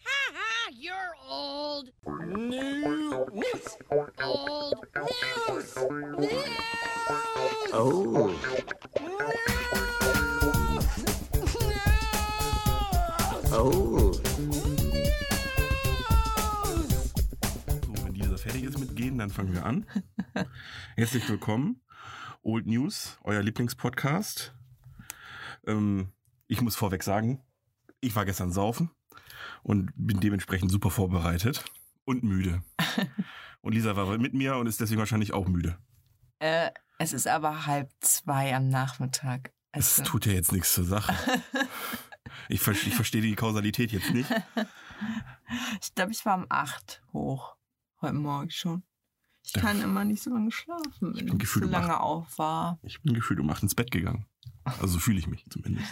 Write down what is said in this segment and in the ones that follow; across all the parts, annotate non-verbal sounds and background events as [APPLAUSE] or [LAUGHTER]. [LAUGHS] you're old. New news. Old news. News. Oh. Oh. So, wenn dieser fertig ist mit Gehen, dann fangen wir an. Herzlich willkommen. Old News, euer Lieblingspodcast. Ähm, ich muss vorweg sagen, ich war gestern saufen und bin dementsprechend super vorbereitet und müde. Und Lisa war mit mir und ist deswegen wahrscheinlich auch müde. Äh, es ist aber halb zwei am Nachmittag. Es Also, tut ja jetzt nichts zur Sache. Ich, ver ich verstehe die Kausalität jetzt nicht. ich glaube, ich war um acht hoch. Heute Morgen schon. Ich Ja. kann immer nicht so lange schlafen, wenn bin ich so gefühlt um lange auf war. Ich bin gefühlt um acht ins Bett gegangen. Also so fühle ich mich zumindest.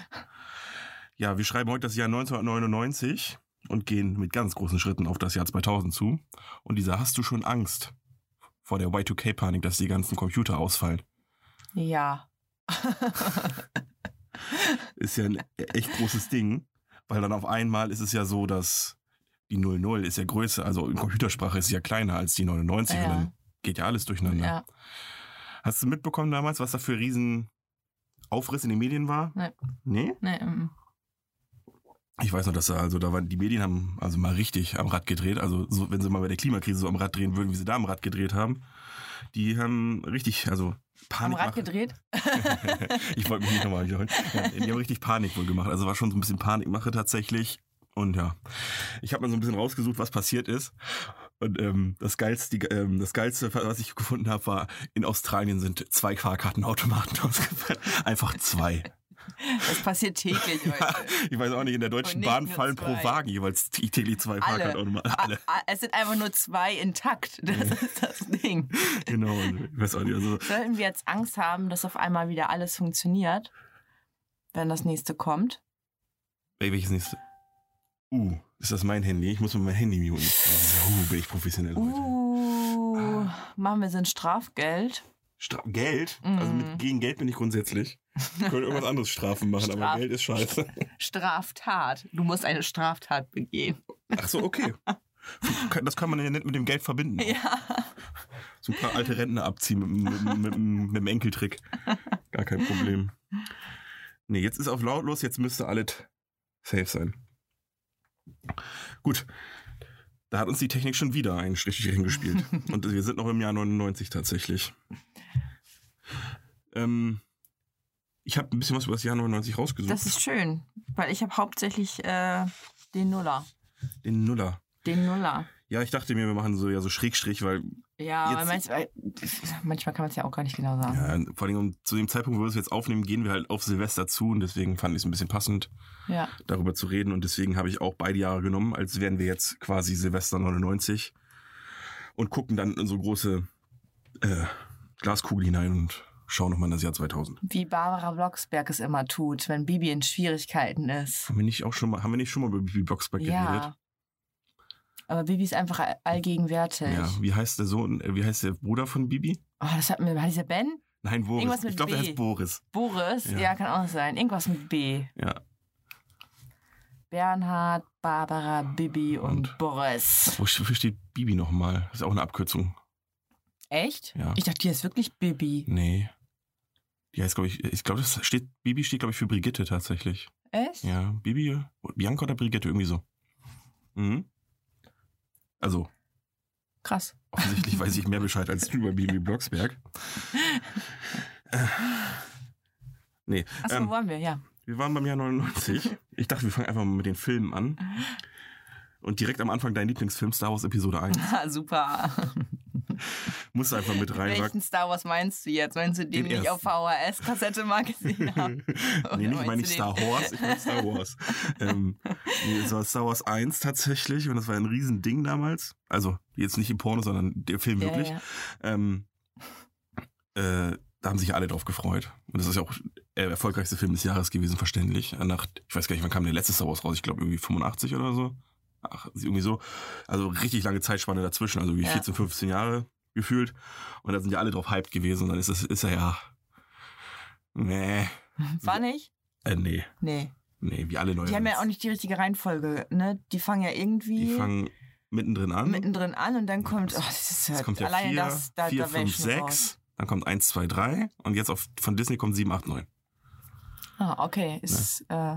Ja, wir schreiben heute das Jahr 1999 und gehen mit ganz großen Schritten auf das Jahr 2000 zu. Und dieser hast du schon Angst vor der Y2K-Panik, dass die ganzen Computer ausfallen. Ja. Ist ja ein echt großes Ding, weil dann auf einmal ist es ja so, dass die 00 ist ja größer, also in Computersprache ist sie ja kleiner als die 99 Ja. und dann geht ja alles durcheinander. ja. Hast du mitbekommen damals, was da für riesen Aufriss in den Medien war? Nein. Nee? Nee, mm. Ich weiß noch, dass da, also da waren die Medien haben also mal richtig am Rad gedreht. Also so, wenn sie mal bei der Klimakrise so am Rad drehen würden, wie sie da am Rad gedreht haben, die haben richtig, also Am Panik. Rad machen- gedreht? [LAUGHS] ich wollte mich nicht nochmal wiederholen. Ja, die haben richtig Panik wohl gemacht. Also war schon so ein bisschen Panikmache tatsächlich. Und ja, ich habe mal so ein bisschen rausgesucht, was passiert ist. Und ähm, das, Geilste, die, ähm, das Geilste, was ich gefunden habe, war, in Australien sind zwei Fahrkartenautomaten [LAUGHS] ausgefallen. Einfach zwei. Das [LAUGHS] passiert täglich heute. Ich weiß auch nicht, in der Deutschen Und nicht Bahn nur fallen pro zwei. Wagen jeweils t- täglich zwei Alle. Fahrkartenautomaten. Alle. Ah, Es sind einfach nur zwei intakt. Das ist das Ding. Genau, und ich weiß auch nicht. Also, Sollten wir jetzt Angst haben, dass auf einmal wieder alles funktioniert, wenn das nächste kommt? ey, welches nächste? Uh, ist das mein Handy? Ich muss mal mein Handy muten. So bin ich professionell heute. Uh, Ah. machen wir so ein Strafgeld. Stra Geld? Also mit, Mhm. gegen Geld bin ich grundsätzlich. Wir können [LAUGHS] irgendwas anderes Strafen machen, aber Straf- Geld ist scheiße. Straftat. Du musst eine Straftat begehen. Ach so, okay. Das kann man ja nicht mit dem Geld verbinden. Ja. So ein paar alte Rentner abziehen mit, mit, mit, mit, mit dem Enkeltrick. Gar kein Problem. Nee, jetzt ist auf lautlos, jetzt müsste alles safe sein. Gut. Da hat uns die Technik schon wieder einen Strich [LAUGHS] hingespielt. Und wir sind noch im Jahr 99 tatsächlich. Ähm, ich habe ein bisschen was über das Jahr 99 rausgesucht. Das ist schön, weil ich habe hauptsächlich äh, den Nuller. Den Nuller. Den Nuller. Ja, ich dachte mir, wir machen so ja so Schrägstrich, weil Ja, weil Jetzt- manchmal, manchmal kann man es ja auch gar nicht genau sagen. ja, vor allem um- zu dem Zeitpunkt, wo wir es jetzt aufnehmen, gehen wir halt auf Silvester zu und deswegen fand ich es ein bisschen passend. Ja. darüber zu reden. Und deswegen habe ich auch beide Jahre genommen, als wären wir jetzt quasi Silvester 99 und gucken dann in so große äh, Glaskugel hinein und schauen nochmal in das Jahr 2000. Wie Barbara Blocksberg es immer tut, wenn Bibi in Schwierigkeiten ist. Haben wir nicht auch schon mal, haben wir nicht schon mal über Bibi Blocksberg geredet? Ja. Aber Bibi ist einfach all- allgegenwärtig. Ja. Wie heißt der Sohn, äh, wie heißt der Bruder von Bibi? Oh, das hat mir, hat dieser Ben? Nein, Boris. Irgendwas mit Ich glaube, der B. heißt Boris. Boris? Ja. Ja. kann auch sein. Irgendwas mit B. Ja. Bernhard, Barbara, Bibi und, Und- Boris. Wo st- wo steht Bibi nochmal? Ist auch eine Abkürzung. Echt? Ja. Ich dachte, die ist wirklich Bibi. Nee. Die heißt, glaube ich, ich glaube, das steht, Bibi steht, glaube ich, für Brigitte tatsächlich. Echt? Ja, Bibi, Bianca oder Brigitte, irgendwie so. Mhm. Also, Krass. offensichtlich weiß ich mehr Bescheid als du über Bibi Blocksberg. Äh, nee, Achso, Ähm, wo waren wir? Ja. [LAUGHS] wir waren beim Jahr 99. Ich dachte, wir fangen einfach mal mit den Filmen an. Und direkt am Anfang dein Lieblingsfilm, Star Wars Episode 1. Ah, super. Musst du einfach mit Welchen reinwagen. Star Wars meinst du jetzt? Meinst du den, Den den ich auf [LAUGHS] VHS-Kassette mal gesehen habe? nee, nicht, Oder ich meine nicht meinst Star du den- Wars, ich meine Star Wars. ähm, nee, es war Star Wars 1 tatsächlich und das war ein Riesending damals. Also jetzt nicht im Porno, sondern der Film wirklich. Ja, ja. Ähm, äh, da haben sich alle drauf gefreut. Und das ist ja auch der erfolgreichste Film des Jahres gewesen, verständlich. Äh, Nach, ich weiß gar nicht, wann kam der letzte Star Wars raus? Ich glaube irgendwie 85 oder so. Ach, irgendwie so. Also richtig lange Zeitspanne dazwischen, also wie Ja. 14, 15 Jahre gefühlt. Und da sind ja alle drauf hyped gewesen. Und dann ist, das, ist er ja. Nee. War nicht? Äh, nee. Nee. Nee, wie alle Die haben ja auch Neuerungen. nicht die richtige Reihenfolge, ne? Die fangen ja irgendwie Die fangen mittendrin an. mittendrin an und dann kommt, oh, das ist ja, Es kommt ja alleine 4, das, da, 4 da wär ich 5, schon raus. 6. Dann kommt 1, 2, 3. Und jetzt auf, von Disney kommt 7, 8, 9. Ah, okay, Ne? ist, äh,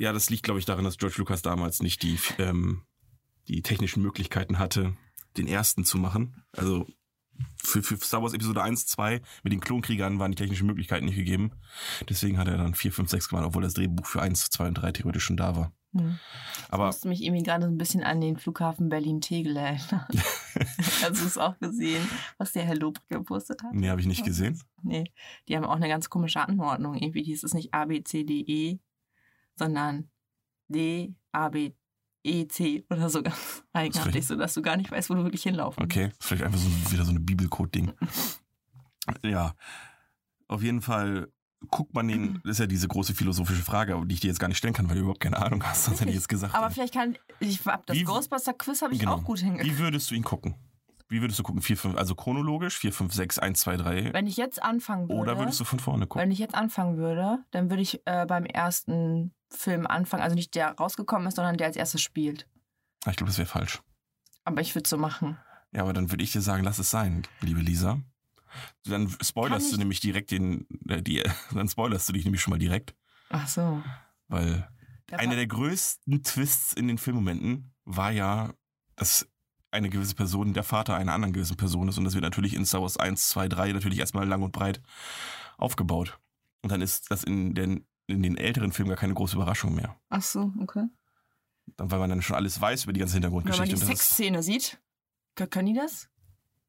Ja, das liegt, glaube ich, daran, dass George Lucas damals nicht die, ähm, die technischen Möglichkeiten hatte, den ersten zu machen. Also für, für Star Wars Episode 1, 2 mit den Klonkriegern waren die technischen Möglichkeiten nicht gegeben. Deswegen hat er dann 4, 5, 6 gemacht, obwohl das Drehbuch für 1, 2 und 3 theoretisch schon da war. hm. Aber musste mich irgendwie gerade so ein bisschen an den Flughafen Berlin-Tegel erinnern. [LAUGHS] Hast du es auch gesehen, was der Herr Lob gepostet hat? nee, habe ich nicht gesehen. Nee, die haben auch eine ganz komische Anordnung. Irgendwie hieß es nicht A, B, C, D, E, sondern D, A, B, E, C oder [LAUGHS] so ganz eigenartig, sodass du gar nicht weißt, wo du wirklich hinlaufen Okay, vielleicht einfach so, wieder so eine Bibelcode-Ding. Ja, auf jeden Fall guckt man den, das ist ja diese große philosophische Frage, aber die ich dir jetzt gar nicht stellen kann, weil du überhaupt keine Ahnung hast, sonst hätte ich jetzt gesagt. Aber äh, vielleicht kann ich hab das Wie- Ghostbuster-Quiz habe ich Genau. auch gut hingekriegt. wie würdest du ihn gucken? Wie würdest du gucken? 4, 5, also chronologisch 4, 5, 6, 1, 2, 3. Wenn ich jetzt anfangen würde, Oder würdest du von vorne gucken? wenn ich jetzt anfangen würde, dann würde ich äh, beim ersten Film anfangen, also nicht der rausgekommen ist, sondern der als erstes spielt. Ah, Ich glaube, das wäre falsch. Aber ich würde so machen. Ja, aber dann würde ich dir sagen, lass es sein, liebe Lisa. Dann spoilerst Kann du ich- nämlich direkt den, äh, die, [LAUGHS] dann spoilerst du dich nämlich schon mal direkt, Ach so. weil Da Einer war- der größten Twists in den Filmmomenten war ja, dass eine gewisse Person der Vater einer anderen gewissen Person ist und das wird natürlich in Star Wars 1, 2, 3 natürlich erstmal lang und breit aufgebaut. Und dann ist das in den, in den älteren Filmen gar keine große Überraschung mehr. Ach so, okay. Dann, weil man dann schon alles weiß über die ganze Wenn man Hintergrundgeschichte. Und die das ist- Sexszene sieht, k- können die das?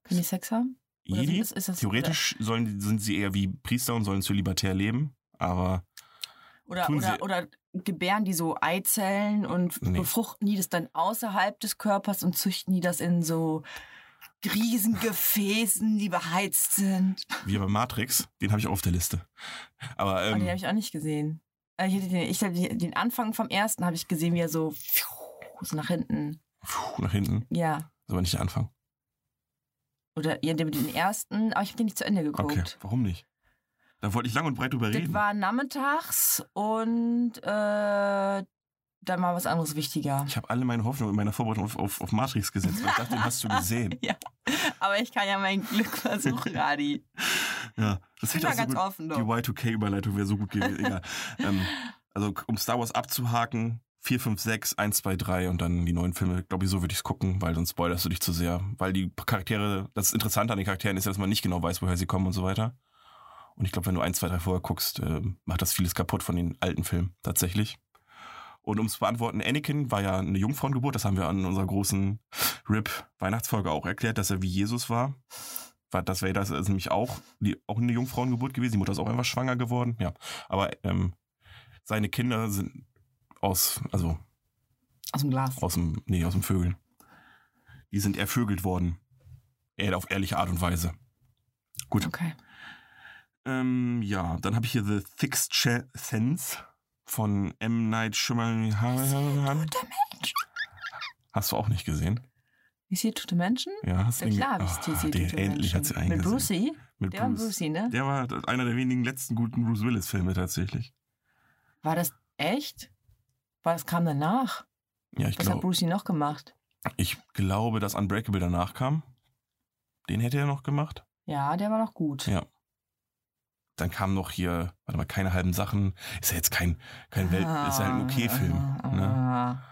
Können die Sex haben? Oder Jedi, sind das- ist das- theoretisch sollen, die- sind sie eher wie Priester und sollen zölibatär leben, aber Oder, Tun oder, sie- oder gebären die so Eizellen und Nee. befruchten die das dann außerhalb des Körpers und züchten die das in so riesen Gefäßen, die beheizt sind? wie bei Matrix, den habe ich auch auf der Liste. Aber Oh, den habe ähm, ich auch nicht gesehen. Äh, Ich hätte den, ich hätte den Anfang vom ersten habe ich gesehen, wie er so, so nach hinten. puh, nach hinten, Ja. das war nicht der Anfang. Oder ja, den, den ersten, aber ich habe den nicht zu Ende geguckt. Okay, warum nicht? Da wollte ich lang und breit drüber Das reden. war nachmittags und äh, dann war was [LAUGHS] anderes wichtiger. Ich habe alle meine Hoffnung in meiner Vorbereitung auf, auf, auf Matrix gesetzt, weil ich dachte, den hast du [LAUGHS] gesehen. Aber ich kann ja mein Glück [LAUGHS] versuchen, Radi. Ja, das Ich hätte bin da auch so ganz gut, offen, Die doch. Y2K-Überleitung wäre so gut gewesen. Egal. Ähm, also, um Star Wars abzuhaken, 4, 5, 6, 1, 2, 3 und dann die neuen Filme. Glaube ich, so würde ich es gucken, weil sonst spoilerst du dich zu sehr. Weil die Charaktere, das Interessante an den Charakteren ist ja, dass man nicht genau weiß, woher sie kommen und so weiter. Und ich glaube, wenn du 1, 2, 3 vorher guckst, äh, macht das vieles kaputt von den alten Filmen, tatsächlich. Und um es zu beantworten, Anakin war ja eine Jungfrauengeburt, das haben wir an unserer großen RIP-Weihnachtsfolge auch erklärt, dass er wie Jesus war. War das Vader ist also nämlich auch, die, auch eine Jungfrauengeburt gewesen. Die Mutter ist auch einfach schwanger geworden. Ja. Aber ähm, seine Kinder sind aus, also Aus dem Glas. aus dem, nee, aus dem Vögeln. Die sind ervögelt worden. Er auf ehrliche Art und Weise. Okay. Ähm, ja, dann habe ich hier The Sixth Cha- Sense von M. Night Shyamalan. Hast du auch nicht gesehen? Wie sieht tote Menschen? Ja, hast du Ja den ge- klar, wie Ah, sieht tote den- Menschen? Endlich hat sie einen Mit gesehen. Brucey? Mit Der war Bruce. Brucey, ne? Der war halt einer der wenigen letzten guten Bruce Willis-Filme tatsächlich. War das echt? Was kam danach? Ja, ich Was hat glaube, Brucey noch gemacht? ich glaube, dass Unbreakable danach kam. Den hätte er noch gemacht. Ja, der war noch gut. Ja. Dann kam noch hier, warte mal, keine halben Sachen. Ist ja jetzt kein, kein Welt, ist ja halt ein okay Film. Ah, ne? ah.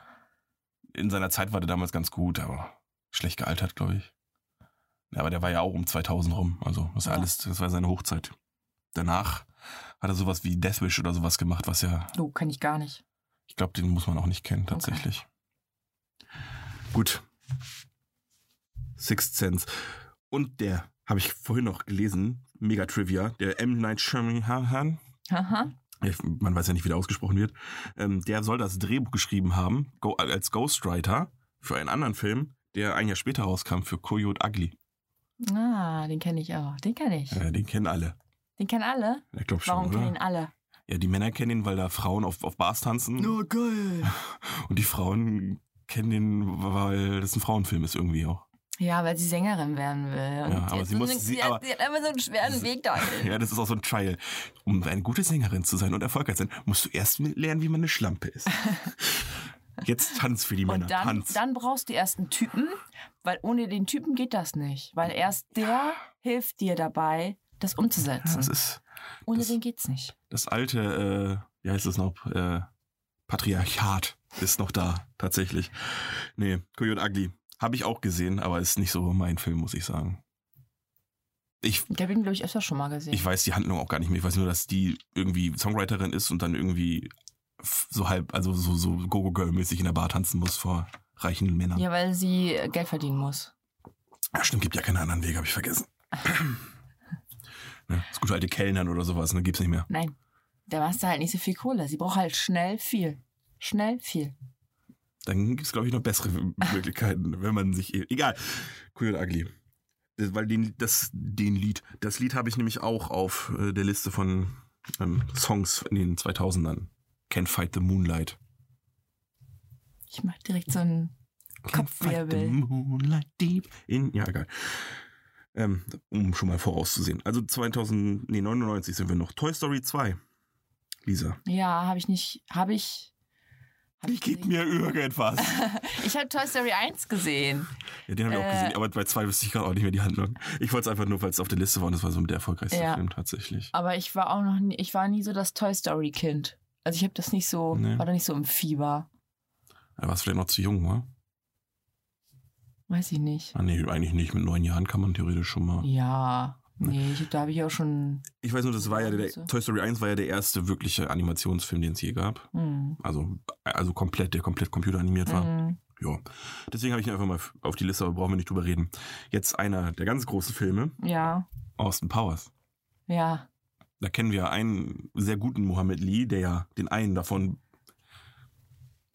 In seiner Zeit war der damals ganz gut, aber schlecht gealtert, glaube ich. Ja, aber der war ja auch um 2000 rum. Also, das, war Ja. alles, das war seine Hochzeit. Danach hat er sowas wie Death Wish oder sowas gemacht, was ja Du, kann Oh, ich gar nicht. Ich glaube, den muss man auch nicht kennen, tatsächlich. Gut. Sixth Sense. Und der, habe ich vorhin noch gelesen, Mega Trivia, der M. Night Shyamalan, Haha. äh, man weiß ja nicht, wie der ausgesprochen wird, ähm, der soll das Drehbuch geschrieben haben, go, als Ghostwriter, für einen anderen Film, der ein Jahr später rauskam, für Coyote Ugly. Ah, den kenne ich auch. Den kenne ich. Äh, den kennen alle. Den kennen alle. Ich glaube schon, Warum oder? kennen ihn alle? Ja, die Männer kennen ihn, weil da Frauen auf, auf Bars tanzen. geil. Und die Frauen kennen den, weil das ein Frauenfilm ist irgendwie auch. Ja, weil sie Sängerin werden will. Und Ja, aber hat sie so muss- eine, sie- hat, aber- sie hat einfach so einen schweren Weg [LAUGHS] dahin. Ja, das ist auch so ein Trial. Um eine gute Sängerin zu sein und erfolgreich zu sein, musst du erst lernen, wie man eine Schlampe [LAUGHS] ist. Jetzt tanz für die Männer. Und dann, tanz. dann brauchst du erst einen Typen, weil ohne den Typen geht das nicht. Weil erst der hilft dir dabei, das ja, das umzusetzen. ist Ohne das- den geht's nicht. das alte, äh, wie heißt es noch? Äh, Patriarchat ist noch da, tatsächlich. Nee, Coyote Ugly. Habe ich auch gesehen, aber ist nicht so mein Film, muss ich sagen. Ich Ich habe ihn, glaube ich, öfter schon mal gesehen. Ich weiß die Handlung auch gar nicht mehr. Ich weiß nur, dass die irgendwie Songwriterin ist und dann irgendwie f- so halb, also so, so Go-Go-Girl-mäßig in der Bar tanzen muss vor reichen Männern. Ja. ja, weil sie äh, Geld verdienen muss. stimmt, gibt ja keinen anderen Weg, habe ich vergessen. ne, das gute alte Kellnern oder sowas, ne, gibt's nicht mehr. Nein, da machst du halt nicht so viel Kohle. Sie braucht halt schnell viel. Schnell viel. Dann gibt's, glaube ich, noch bessere [LAUGHS] Möglichkeiten, wenn man sich. eh- Egal. Cool oder ugly. Das- Weil den, das, den Lied, das Lied habe ich nämlich auch auf äh, der Liste von ähm, Songs in den 2000ern. Can't Fight the Moonlight. Ich mach direkt so einen Fight the Kopfwirbel. halt moonlight deep in. Ja, egal. Ähm, um schon mal vorauszusehen. Also 2000, nee, 99 sind wir noch. Toy Story 2. Lisa. Ja, habe ich nicht. Habe ich. Hab ich Gib gesehen. mir [LAUGHS] irgendwas. ich habe Toy Story 1 gesehen. ja, den habe ich auch Äh. gesehen, aber bei 2 wüsste ich gerade auch nicht mehr die Handlung. Ich wollte es einfach nur, weil es auf der Liste war und das war so der erfolgreichste Ja. Film tatsächlich. Aber ich war auch noch nie, ich war nie so das Toy Story Kind. Also ich habe das nicht so, Nee. war da nicht so im Fieber. Da war es vielleicht noch zu jung, oder? Weiß ich nicht. Ah, nee, eigentlich nicht. Mit neun Jahren kann man theoretisch schon mal. Ja, nee, ich, da habe ich auch schon. Ich weiß nur, das war ja der, Also. Toy Story 1 war ja der erste wirkliche Animationsfilm, den es je gab. Hm, Also, also komplett, der komplett computeranimiert war. hm. Ja, deswegen habe ich ihn einfach mal auf die Liste, aber brauchen wir nicht drüber reden. Jetzt einer der ganz großen Filme, Ja, Austin Powers. ja. Da kennen wir einen sehr guten Mohammed Lee, der ja den einen davon,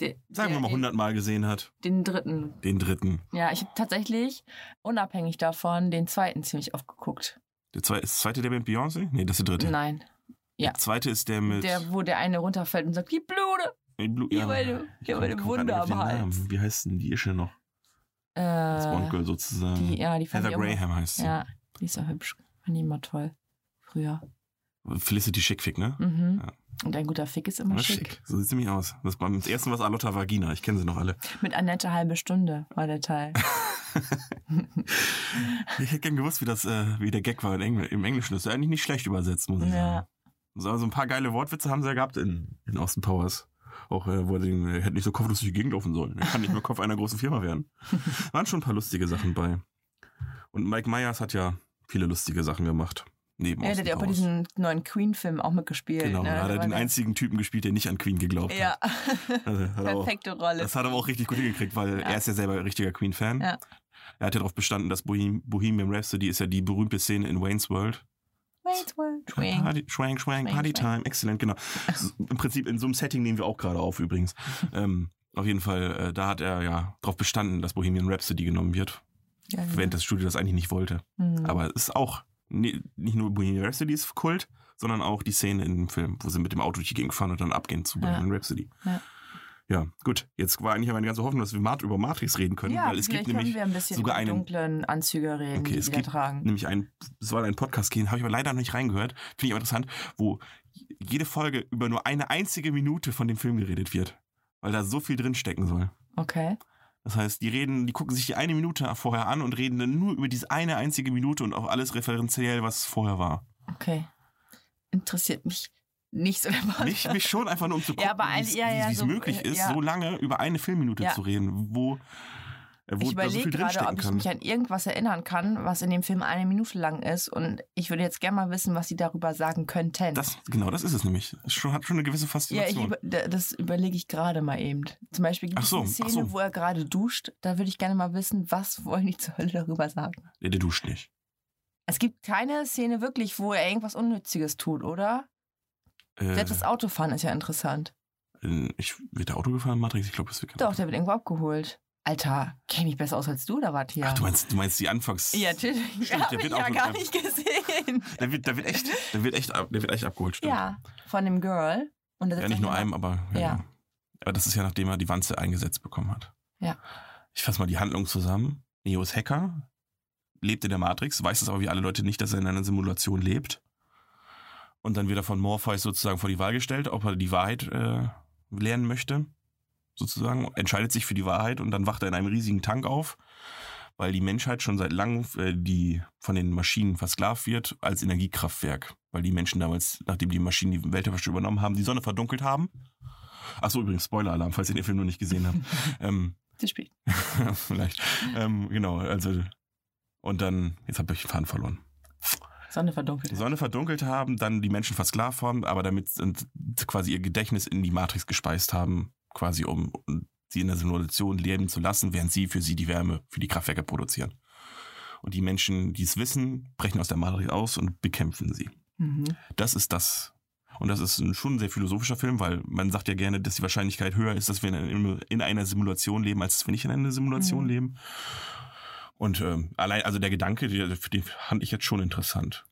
De- sagen wir der- mal, 100 Mal gesehen hat. Den dritten. Den dritten. Ja, ich habe tatsächlich, unabhängig davon, den zweiten ziemlich oft geguckt. Der zweite, ist der zweite der mit Beyoncé? Nee, das ist der dritte. Nein. ja. Der zweite ist der mit... Der, wo der eine runterfällt und sagt, die Blude. Nee, Blue, hier meine- Ich hier komm- meine ich komm grad Wunde nicht auf den am Hals. Namen. Wie heißt denn die Ische noch? Das Bond Äh, Girl sozusagen. die, ja, die fand Heather ich immer- Graham heißt sie. Ja, die ist ja hübsch. Fand ich immer toll. Früher. Felicity Schickfick, ne? Mhm. Ja. Und ein guter Fick ist Ja, immer Mhm. schick. So sieht sie nämlich aus. Das, beim ersten war es Alotta Vagina. Ich kenne sie noch alle. Mit Annette halbe Stunde war [LAUGHS] der Teil. Ich hätte gern gewusst, wie, das, äh, wie der Gag war in Engl im Englischen. Das ist ja eigentlich nicht schlecht übersetzt, muss ich Ja. sagen. So so ein paar geile Wortwitze haben sie ja gehabt in, in Austin Powers. Auch, äh, wo er den, er hätte nicht so kopflos durch die Gegend laufen sollen. Er kann nicht mehr Kopf einer großen Firma [LAUGHS] werden. Waren schon ein paar lustige Sachen bei. Und Mike Myers hat ja viele lustige Sachen gemacht. Neben Er hätte Austin ja auch bei Powers. diesem neuen Queen-Film auch mitgespielt. Genau, ne? da hat Da er war den der- einzigen Typen gespielt, der nicht an Queen geglaubt Ja, hat. [LAUGHS] [LAUGHS] Also, hat er auch, perfekte Rolle. das hat er aber auch richtig gut hingekriegt, weil er ist ja selber ein richtiger Queen-Fan. Ja. Er hat ja darauf bestanden, dass Bohem Bohemian Rhapsody ist ja die berühmte Szene in Wayne's World. Wait, wait, wait. Party, schwank, schwank, Schwank, Party schwank. Time, exzellent, genau. S- Im Prinzip in so einem Setting nehmen wir auch gerade auf übrigens. ähm, auf jeden Fall, äh, da hat er ja darauf bestanden, dass Bohemian Rhapsody genommen wird, Ja, ja. während das Studio das eigentlich nicht wollte. Mhm. Aber es ist auch, nee, nicht nur Bohemian Rhapsody ist Kult, sondern auch die Szene in dem Film, wo sie mit dem Auto durch die Gegend fahren und dann abgehen zu Ja. Bohemian Rhapsody. Ja. Ja, gut. Jetzt war eigentlich meine ganze Hoffnung, dass wir Mat- über Matrix reden können, ja, weil es gibt vielleicht können nämlich wir ein bisschen sogar über die einen- dunklen Anzüge reden, Okay, die es die da gibt- tragen. nämlich ein, es soll ein Podcast gehen, habe ich aber leider noch nicht reingehört. Finde ich aber interessant, wo jede Folge über nur eine einzige Minute von dem Film geredet wird, weil da so viel drin stecken soll. Okay. Das heißt, die reden, die gucken sich die eine Minute vorher an und reden dann nur über diese eine einzige Minute und auch alles referenziell, was vorher war. Okay. Interessiert mich nicht so der Mich, mich schon einfach nur um zu gucken, [LAUGHS] Ja, aber ein- wie ja, ja, es so- äh, möglich ist, ja. so lange über eine Filmminute Ja. zu reden, wo, äh, wo da Ich so überlege viel drin gerade, stecken ob ich kann. mich an irgendwas erinnern kann, was in dem Film eine Minute lang ist. Und ich würde jetzt gerne mal wissen, was sie darüber sagen könnten. Das, genau, das ist es nämlich. Es Schon, hat schon eine gewisse ja, ich Faszination. über, da- das überlege ich gerade mal eben. Zum Beispiel gibt Ach es so, eine ach Szene, so. wo er gerade duscht. Da würde ich gerne mal wissen, was wollen die zur Hölle darüber sagen. Nee, der duscht nicht. Es gibt keine Szene wirklich, wo er irgendwas Unnütziges tut, oder? Äh, Selbst das Autofahren ist ja interessant. In- Ich wird der Auto gefahren, Matrix? Ich glaube, das wird genau- kein Doch, Auto. der wird irgendwo abgeholt. Alter, kenne ich besser aus als du, da wart hier. Ach, du meinst, du meinst die Anfangs. ja, [LAUGHS] natürlich. Stimmt, Hab der ich wird ja auch- gar nicht gesehen. Da wird, da wird echt, da wird echt, ab- der wird echt abgeholt, stimmt. Ja, von dem Girl. Und da ja sitzt nicht auch nur einem, jemand- aber. Ja. genau. Ja. ja. Aber das ist ja, nachdem er die Wanze eingesetzt bekommen hat. Ja. Ich fasse mal die Handlung zusammen. Neo ist Hacker, lebt in der Matrix, weiß das aber wie alle Leute nicht, dass er in einer Simulation lebt. Und dann wird er von Morpheus sozusagen vor die Wahl gestellt, ob er die Wahrheit äh, lernen möchte, sozusagen, entscheidet sich für die Wahrheit und dann wacht er in einem riesigen Tank auf, weil die Menschheit schon seit langem äh, die von den Maschinen versklavt wird als Energiekraftwerk, weil die Menschen damals, nachdem die Maschinen die Weltherrschaft übernommen haben, die Sonne verdunkelt haben. Achso, übrigens, Spoiler-Alarm, falls ihr den Film noch nicht gesehen habt. ähm, [LAUGHS] Zu spät. vielleicht. Ähm, genau, also. Und dann, jetzt habe ich den Faden verloren. Sonne verdunkelt. Die Sonne verdunkelt haben, dann die Menschen versklavt haben, aber damit und quasi ihr Gedächtnis in die Matrix gespeist haben, quasi um sie in der Simulation leben zu lassen, während sie für sie die Wärme für die Kraftwerke produzieren. Und die Menschen, die es wissen, brechen aus der Matrix aus und bekämpfen sie. Mhm. Das ist das. Und das ist ein, schon ein sehr philosophischer Film, weil man sagt ja gerne, dass die Wahrscheinlichkeit höher ist, dass wir in, in einer Simulation leben, als dass wir nicht in einer Simulation Mhm. leben. Und ähm, allein, also der Gedanke, den, den fand ich jetzt schon interessant.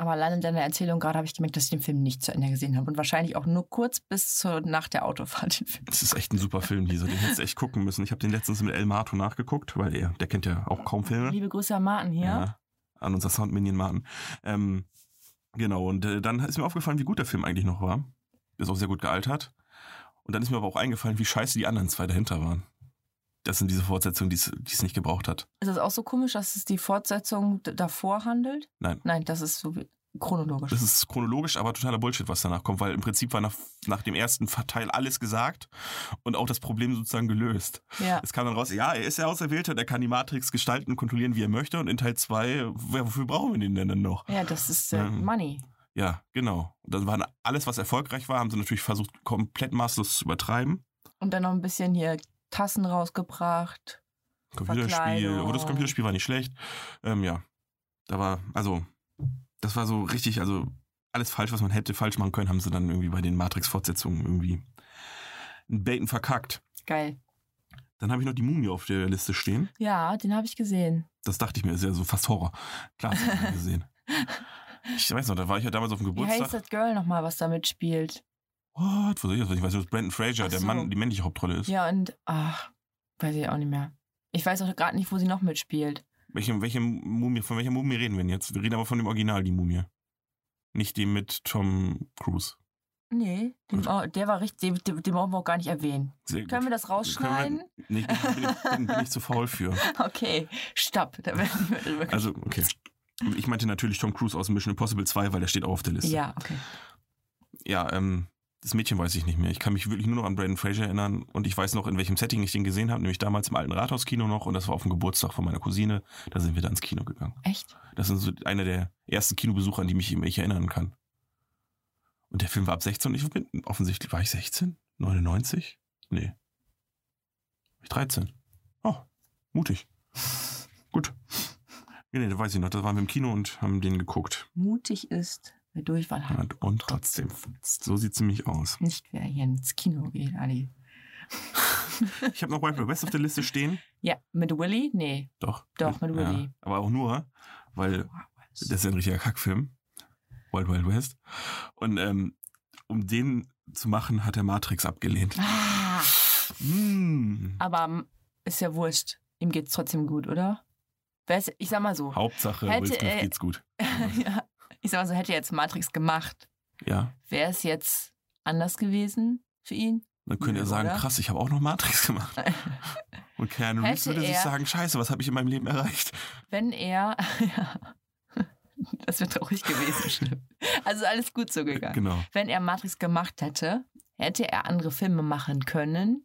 Aber allein in deiner Erzählung gerade habe ich gemerkt, dass ich den Film nicht zu Ende gesehen habe. Und wahrscheinlich auch nur kurz bis zur, nach der Autofahrt den Film. Das ist echt ein super Film, dieser. Den hättest du echt gucken müssen. Ich habe den letztens mit El Marto nachgeguckt, weil er, der kennt ja auch kaum Filme. Liebe Grüße an Martin hier. An unser Soundminion Martin. Ähm, genau, und äh, dann ist mir aufgefallen, wie gut der Film eigentlich noch war. Ist auch sehr gut gealtert. Und dann ist mir aber auch eingefallen, wie scheiße die anderen zwei dahinter waren. Das sind diese Fortsetzungen, die es die es nicht gebraucht hat. Ist das auch so komisch, dass es die Fortsetzung d- davor handelt? Nein. Nein, das ist so wie- chronologisch. Das ist chronologisch, aber totaler Bullshit, was danach kommt, weil im Prinzip war nach, nach dem ersten Teil alles gesagt und auch das Problem sozusagen gelöst. ja. Es kam dann raus, ja, er ist der Auserwählte und er kann die Matrix gestalten und kontrollieren, wie er möchte. Und in Teil 2, wofür brauchen wir den denn dann noch? ja, das ist äh, Ähm, Money. Ja, genau. Und dann waren alles, was erfolgreich war, haben sie natürlich versucht, komplett maßlos zu übertreiben. Und dann noch ein bisschen hier Tassen rausgebracht. Computerspiel, Verkleidung. aber das Computerspiel war nicht schlecht. Ähm, ja, da war, also, das war so richtig, also alles falsch, was man hätte falsch machen können, haben sie dann irgendwie bei den Matrix-Fortsetzungen irgendwie ein Baiten verkackt. Geil. Dann habe ich noch die Mumie auf der Liste stehen. Ja, den habe ich gesehen. Das dachte ich mir, ist ja so fast Horror. Klar, das hab ich [LAUGHS] gesehen. Ich weiß noch, da war ich ja damals auf dem Wie Geburtstag. heißt das Girl nochmal, was da mitspielt? What? Was soll ich das? Ich weiß nicht, was Brandon Fraser, Ach der so. Mann, die männliche Hauptrolle ist. Ja, und ach, weiß ich auch nicht mehr. Ich weiß auch gerade nicht, wo sie noch mitspielt. Welche, welche Mumie, von welcher Mumie reden wir denn jetzt? Wir reden aber von dem Original, die Mumie. Nicht die mit Tom Cruise. Nee, den, oh, der war richtig, den, den, den brauchen wir auch gar nicht erwähnen. Sehr gut. Können wir das rausschneiden? Können wir- Nee, bin, ich- bin, bin ich zu faul für. [LAUGHS] Okay, stopp. Da werden wir drüber Also, okay. Ich meinte natürlich Tom Cruise aus Mission Impossible 2, weil der steht auch auf der Liste. Ja, okay. ja ähm, das Mädchen weiß ich nicht mehr. Ich kann mich wirklich nur noch an Brandon Fraser erinnern und ich weiß noch, in welchem Setting ich den gesehen habe, nämlich damals im alten Rathauskino noch und das war auf dem Geburtstag von meiner Cousine. Da sind wir dann ins Kino gegangen. Echt? Das sind so einer der ersten Kinobesucher, an die mich ich erinnern kann. Und der Film war ab 16 und ich bin offensichtlich, war ich 16? 99? Nee. War Ich 13. Oh, mutig. Gut. Nee, nee, da weiß ich noch, da waren wir im Kino und haben den geguckt. Mutig ist, wer Durchfall hat, Und, und trotzdem, so sieht's nämlich aus. nicht wer hier ins Kino geht, Ali. Ich habe noch Wild Wild West auf der Liste stehen. Ja, mit Willy? Nee. Doch. Doch, mit Willy. aber auch nur, weil Das ist ja ein richtiger Kackfilm. Wild Wild West. Und ähm, um den zu machen, hat er Matrix abgelehnt. Ah, Hm. aber ähm, ist ja wurscht. Ihm geht's trotzdem gut, oder? Wer ist- Ich sag mal so. Hauptsache, Hätte äh, Will Smith er- geht's gut. [LAUGHS] ja, ich sag mal so, hätte er jetzt Matrix gemacht, Ja. wäre es jetzt anders gewesen für ihn? Dann könnte er Nö, sagen, oder? krass, ich habe auch noch Matrix [LAUGHS] gemacht. Und Keanu Reeves Hätte würde sich er- sagen, scheiße, was habe ich in meinem Leben erreicht? Wenn er. [LAUGHS] ja, das wäre traurig gewesen, [LAUGHS] stimmt. Also alles gut so gegangen. Genau. Wenn er Matrix gemacht hätte, hätte er andere Filme machen können.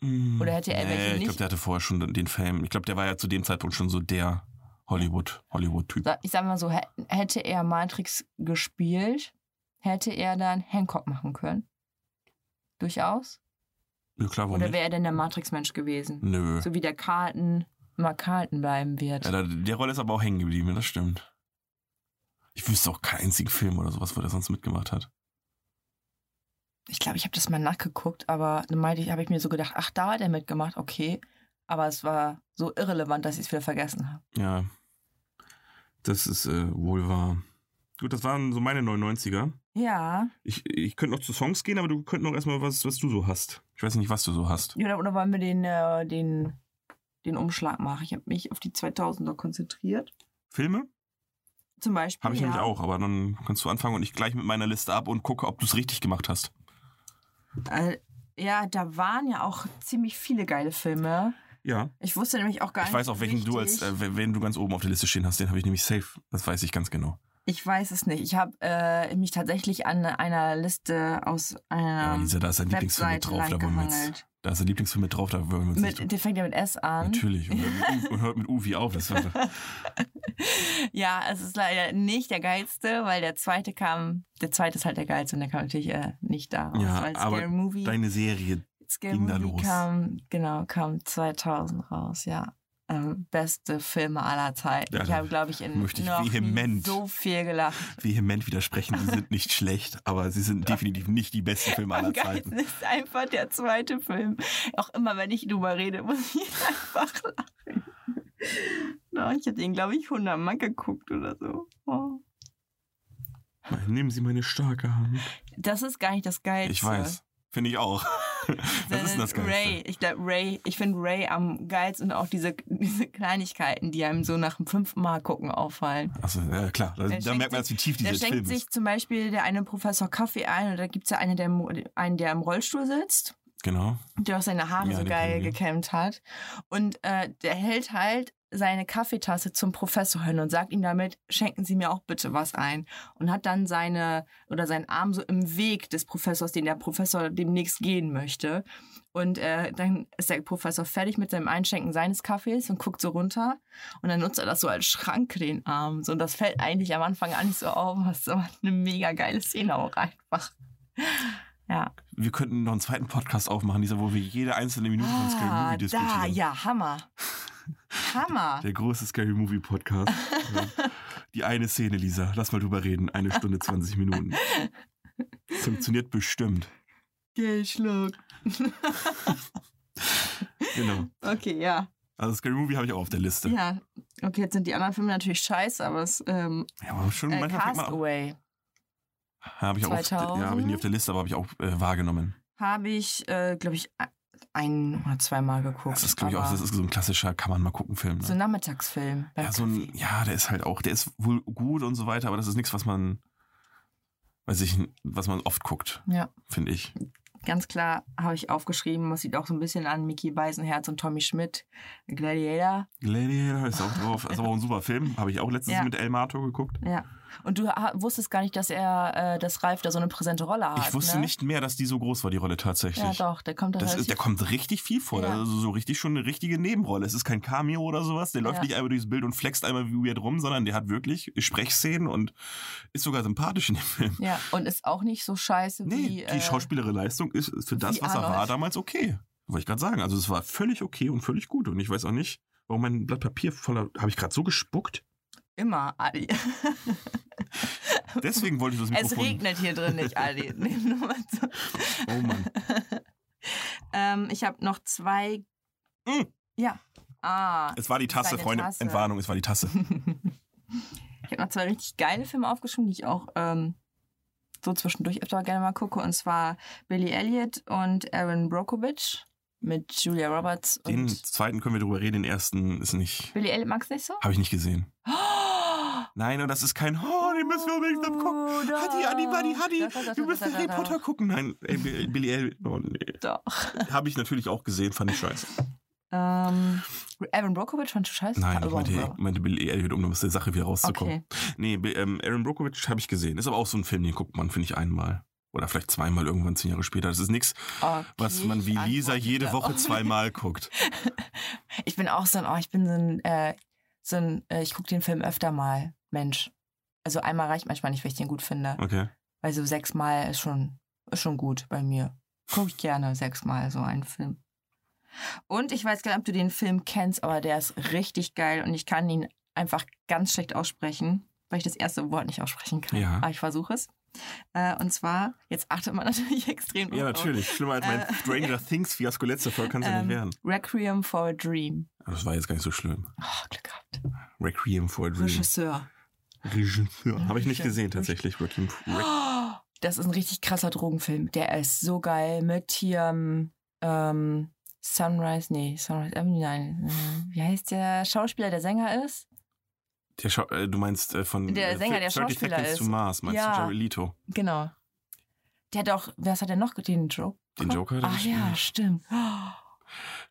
Hm. Oder hätte er welche nee, ich glaube, nicht- der hatte vorher schon den- den Fame. Ich glaube, der war ja zu dem Zeitpunkt schon so der Hollywood- Hollywood-Typ. Sa- Ich sag mal so, hä- hätte er Matrix gespielt, hätte er dann Hancock machen können. Durchaus. ja, klar, warum Oder nicht? wäre er denn der Matrix-Mensch gewesen? Nö. So wie der Carlton immer Carlton bleiben wird. Ja, da, der Rolle ist aber auch hängen geblieben, das stimmt. Ich wüsste auch keinen einzigen Film oder sowas, wo der sonst mitgemacht hat. ich glaube, ich habe das mal nachgeguckt, aber dann meinte ich, habe ich mir so gedacht, ach, da hat er mitgemacht, okay. Aber es war so irrelevant, dass ich es wieder vergessen habe. Ja. Das ist äh, wohl wahr. Gut, das waren so meine 99er. Ja. Ich, ich könnte noch zu Songs gehen, aber du könntest noch erstmal was, was du so hast. Ich weiß nicht, was du so hast. Oder, oder wollen wir den, äh, den den Umschlag mache. Ich habe mich auf die 2000er konzentriert. Filme? Zum Beispiel. Habe ich ja. nämlich auch, aber dann kannst du anfangen und ich gleich mit meiner Liste ab und gucke, ob du es richtig gemacht hast. Äh, ja, da waren ja auch ziemlich viele geile Filme. Ja. Ich wusste nämlich auch gar Ich nicht. weiß auch, so welchen du als, richtig- äh, we- wen du ganz oben auf der Liste stehen hast, den habe ich nämlich safe. Das weiß ich ganz genau. ich weiß es nicht. Ich habe äh, mich tatsächlich an einer Liste aus Ja, einer Lisa, da ist dein Lieblingsfilm mit Webseite drauf, da wollen wir jetzt. langgehangelt. Da ist dein Lieblingsfilm mit drauf, da wollen wir uns nicht Mit, der fängt ja mit S an. Natürlich. Und, hört mit- und hört mit Uvi auf. Das war, [LAUGHS] Ja, es ist leider nicht der geilste, weil der zweite kam, der zweite ist halt der geilste und der kam natürlich äh, nicht da raus, Ja, weil aber Scary Movie, deine Serie. Scary ging da Movie los. kam, genau, kam 2000 raus, ja. Ähm, beste Filme aller Zeiten. Ja, ich da habe, glaube ich, in möchte ich noch nie vehement- so viel gelacht. Vehement widersprechen, sie sind nicht schlecht, aber sie sind definitiv nicht die besten Filme Am aller geilsten Zeiten. ist einfach der zweite Film. Auch immer, wenn ich drüber rede, [LAUGHS] muss ich einfach lachen. No, ich habe den, glaube ich, 100 Mal geguckt oder so. Oh. Nehmen Sie meine starke Hand. Das ist gar nicht das Geilste. Ich weiß. Finde ich [LAUGHS] auch. Was ist denn das Geilste? Ray, ich glaube, Ray, ich finde Ray am geilsten und auch diese, diese Kleinigkeiten, die einem so nach dem fünften Mal gucken auffallen. Achso, Also, ja klar. Da, Der da schenkt merkt man, sich- jetzt, wie tief Da dieser Film schenkt ist. sich zum Beispiel der eine Professor Kaffee ein und da gibt es ja einen der, im- einen, der im Rollstuhl sitzt, Genau. der auch seine Haare Ja, so den geil kennen wir. gekämmt hat. Und äh, der hält halt seine Kaffeetasse zum Professor hin und sagt ihm damit, schenken Sie mir auch bitte was ein. Und hat dann seine oder seinen Arm so im Weg des Professors, den der Professor demnächst gehen möchte. Und äh, dann ist der Professor fertig mit seinem Einschenken seines Kaffees und guckt so runter. Und dann nutzt er das so als Schrank, den Arm. So, und das fällt eigentlich am Anfang gar nicht so auf, was ist aber eine mega geile Szene auch einfach. Ja. Wir könnten noch einen zweiten Podcast aufmachen, dieser, wo wir jede einzelne Minute von Scary Ah, Movie diskutieren. da, ja, Hammer. [LAUGHS] Hammer. Der große Scary Movie [LAUGHS] Podcast. ja. Die eine Szene, Lisa. Lass mal drüber reden. Eine Stunde, 20 Minuten. Das Funktioniert bestimmt. Geldschluck. Genau. Okay, ja. Also Scary Movie habe ich auch auf der Liste. Ja, Ja. Okay, jetzt sind die anderen Filme natürlich scheiße, aber es ähm, aber schon äh, manchmal fängt man auch. Castaway Habe ich auch auf, ja, 2000. habe ich nicht auf der Liste, aber habe ich auch äh, wahrgenommen. habe ich, äh, glaube ich, ein oder zweimal geguckt. Das ist, glaube ich, auch aber das ist so ein klassischer kann man mal gucken Film. so ein Ne? Nachmittagsfilm. beim Ja, so ein, Kaffee. ja, der ist halt auch, der ist wohl gut und so weiter, aber das ist nichts, was man, weiß ich, was man oft guckt, ja. finde ich. Ganz klar habe ich aufgeschrieben, das sieht auch so ein bisschen an Mickey Beisenherz und Tommy Schmidt, Gladiator. Gladiator ist auch drauf. Ist aber auch ein super Film. Habe ich auch letztens Ja. mit El Mato geguckt. Ja. Und du ha- wusstest gar nicht, dass er, äh, dass Ralf da so eine präsente Rolle hat. Ich wusste ne? nicht mehr, dass die so groß war, die Rolle Ja, tatsächlich. doch, der kommt da das ist, relativ- der kommt richtig viel vor. Ja. Also so richtig schon eine richtige Nebenrolle. Es ist kein Cameo oder sowas. Der läuft Ja. nicht einmal durchs Bild und flext einmal wie weird rum, sondern der hat wirklich Sprechszenen und ist sogar sympathisch in dem Film. Ja, und ist auch nicht so scheiße Nee, wie. die äh, Schauspielerleistung ist, ist für das, wie was er war, Arnold. damals okay. Wollte ich gerade sagen. Also es war völlig okay und völlig gut. Und ich weiß auch nicht, warum mein Blatt Papier voller. Habe ich gerade so gespuckt? Immer, [LAUGHS] Adi. Deswegen wollte ich das [LAUGHS] es Mikrofon. regnet hier drin [LAUGHS] nicht, Adi. Nee, nur mal so. Oh Mann. ähm, ich habe noch zwei. Mm. Ja. Ah. Es war [LAUGHS] die Tasse, Seine Freunde. Tasse. Entwarnung, es war die Tasse. Ich habe noch zwei richtig geile Filme aufgeschrieben, die ich auch ähm, so zwischendurch öfter gerne mal gucke. Und zwar Billy Elliot und Aaron Brockovich mit Julia Roberts. Den und zweiten können wir drüber reden, den ersten ist nicht. Billy Elliot magst du nicht so? Habe ich nicht gesehen. Oh, Nein, und das ist kein. Oh, den müssen wir unbedingt gucken. doch. Hadi, Adi, Buddy, Doch, doch, Hadi. doch, Wir doch, müssen doch, Harry doch, Potter gucken. Nein, ey, [LAUGHS] Bill- Billy Elliot. Oh, nee. Doch. Habe ich natürlich auch gesehen, fand ich scheiße. [LAUGHS] Ähm, Aaron Brockovich fandst du scheiße? Nein, ich Überhaupt meinte, nicht. meinte Billy Elliot, um aus der Sache wieder rauszukommen. Also, Okay. Nee, Bi- ähm, Aaron Brockovich habe ich gesehen. Ist aber auch so ein Film, den guckt man, finde ich, einmal. Oder vielleicht zweimal irgendwann zehn Jahre später. Das ist nichts, okay. was man wie ich Lisa antworte jede [LAUGHS] darauf. Woche zweimal guckt. Ich bin auch so ein, oh, ich bin so ein, äh, so ein äh, ich gucke den Film öfter mal, Mensch. Also einmal reicht manchmal nicht, wenn ich den gut finde. [LAUGHS] Okay. Weil so sechsmal ist schon, ist schon gut bei mir. Gucke ich gerne sechsmal so einen Film. Und ich weiß gar nicht, ob du den Film kennst, aber der ist richtig geil und ich kann ihn einfach ganz schlecht aussprechen, weil ich das erste Wort nicht aussprechen kann. Ja. Aber ich versuche es. Äh, und zwar, jetzt achtet man [LAUGHS] natürlich extrem Ja, drauf. natürlich. Schlimmer als mein Oh, Äh, Stranger [LAUGHS] Things Fiasko letzte Folge kann es ja Ähm, nicht werden. Requiem for a Dream. Das war jetzt gar nicht so schlimm. Oh, Glück gehabt. Requiem for a Dream. Regisseur. Regisseur. Habe ich nicht Regisseur. gesehen, tatsächlich. Requiem for Re Oh, das ist ein richtig krasser Drogenfilm. Der ist so geil mit hier ähm, Sunrise, nee, Sunrise Avenue, nein. äh, Wie heißt der Schauspieler, der Sänger ist? Der Schau äh, du meinst äh, von Der äh, Sänger, der 30 Schauspieler Seconds to ist. Mars, meinst Ja. du Jared Leto? Genau. Der hat auch, was hat er noch? Den Joker? Den Joker hat er Ach ja, stimmt.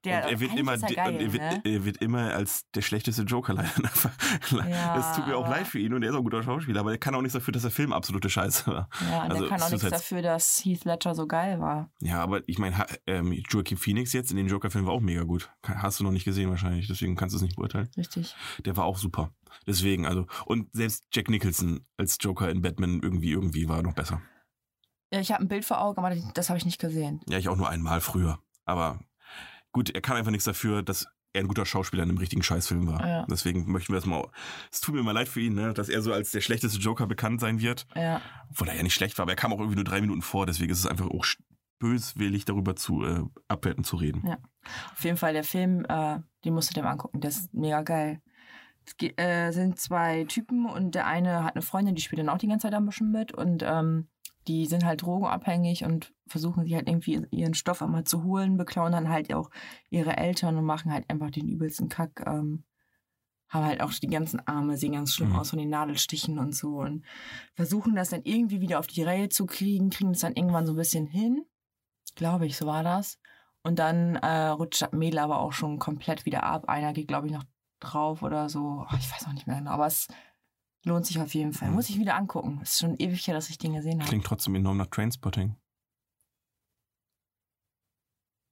Der, und er wird eigentlich immer ist er di- geil, und er, wird, [LAUGHS] ne? er wird immer als der schlechteste Joker [LAUGHS] leider. Ja, es tut mir auch aber- leid für ihn und er ist auch ein guter Schauspieler, aber er kann auch nichts dafür, dass der Film absolute Scheiße war. Ja, und also der kann auch nichts Suicide- dafür, dass Heath Ledger so geil war. Ja, aber ich meine, ha- ähm, Joaquin Phoenix jetzt in dem Joker-Film war auch mega gut. Ka- Hast du noch nicht gesehen wahrscheinlich, deswegen kannst du es nicht beurteilen. Richtig. Der war auch super. Deswegen, also. Und selbst Jack Nicholson als Joker in Batman irgendwie, irgendwie war noch besser. Ja, ich habe ein Bild vor Augen, aber das habe ich nicht gesehen. Ja, ich auch nur einmal früher. Aber gut, er kann einfach nichts dafür, dass er ein guter Schauspieler in einem richtigen Scheißfilm war. Ja. Deswegen möchten wir das mal. Es tut mir mal leid für ihn, ne, dass er so als der schlechteste Joker bekannt sein wird. Ja. Obwohl er ja nicht schlecht war, aber er kam auch irgendwie nur drei Minuten vor. Deswegen ist es einfach auch sch- böswillig, darüber zu äh, abwerten zu reden. Auf jeden Fall, der Film, äh, den musst du dir mal angucken. Der ist mega geil. Es ge- äh, sind zwei Typen und der eine hat eine Freundin, die spielt dann auch die ganze Zeit ein bisschen mit und ähm, die sind halt drogenabhängig und versuchen sich halt irgendwie ihren Stoff einmal zu holen, beklauen dann halt auch ihre Eltern und machen halt einfach den übelsten Kack. Ähm, haben halt auch die ganzen Arme, sehen ganz schlimm Mhm. aus von den Nadelstichen und so und versuchen das dann irgendwie wieder auf die Reihe zu kriegen, kriegen es dann irgendwann so ein bisschen hin. Glaube ich, so war das. Und dann äh, rutscht das Mädel aber auch schon komplett wieder ab. Einer geht, glaube ich, noch drauf oder so. Ach, ich weiß auch nicht mehr genau, aber es lohnt sich auf jeden Fall. Mhm. Muss ich wieder angucken. Ist schon ewig her, dass ich den gesehen habe. Klingt trotzdem enorm nach Trainspotting.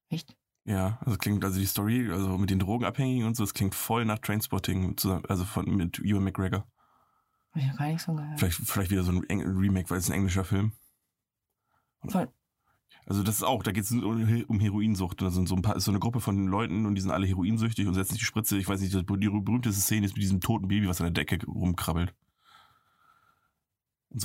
Echt? Ja, also klingt, also die Story, also mit den Drogenabhängigen und so, es klingt voll nach Trainspotting, zusammen, also von, mit Ewan McGregor. Hab ich noch gar nichts von gehört. Vielleicht, vielleicht wieder so ein Eng Remake, weil es ein englischer Film. Also Voll. um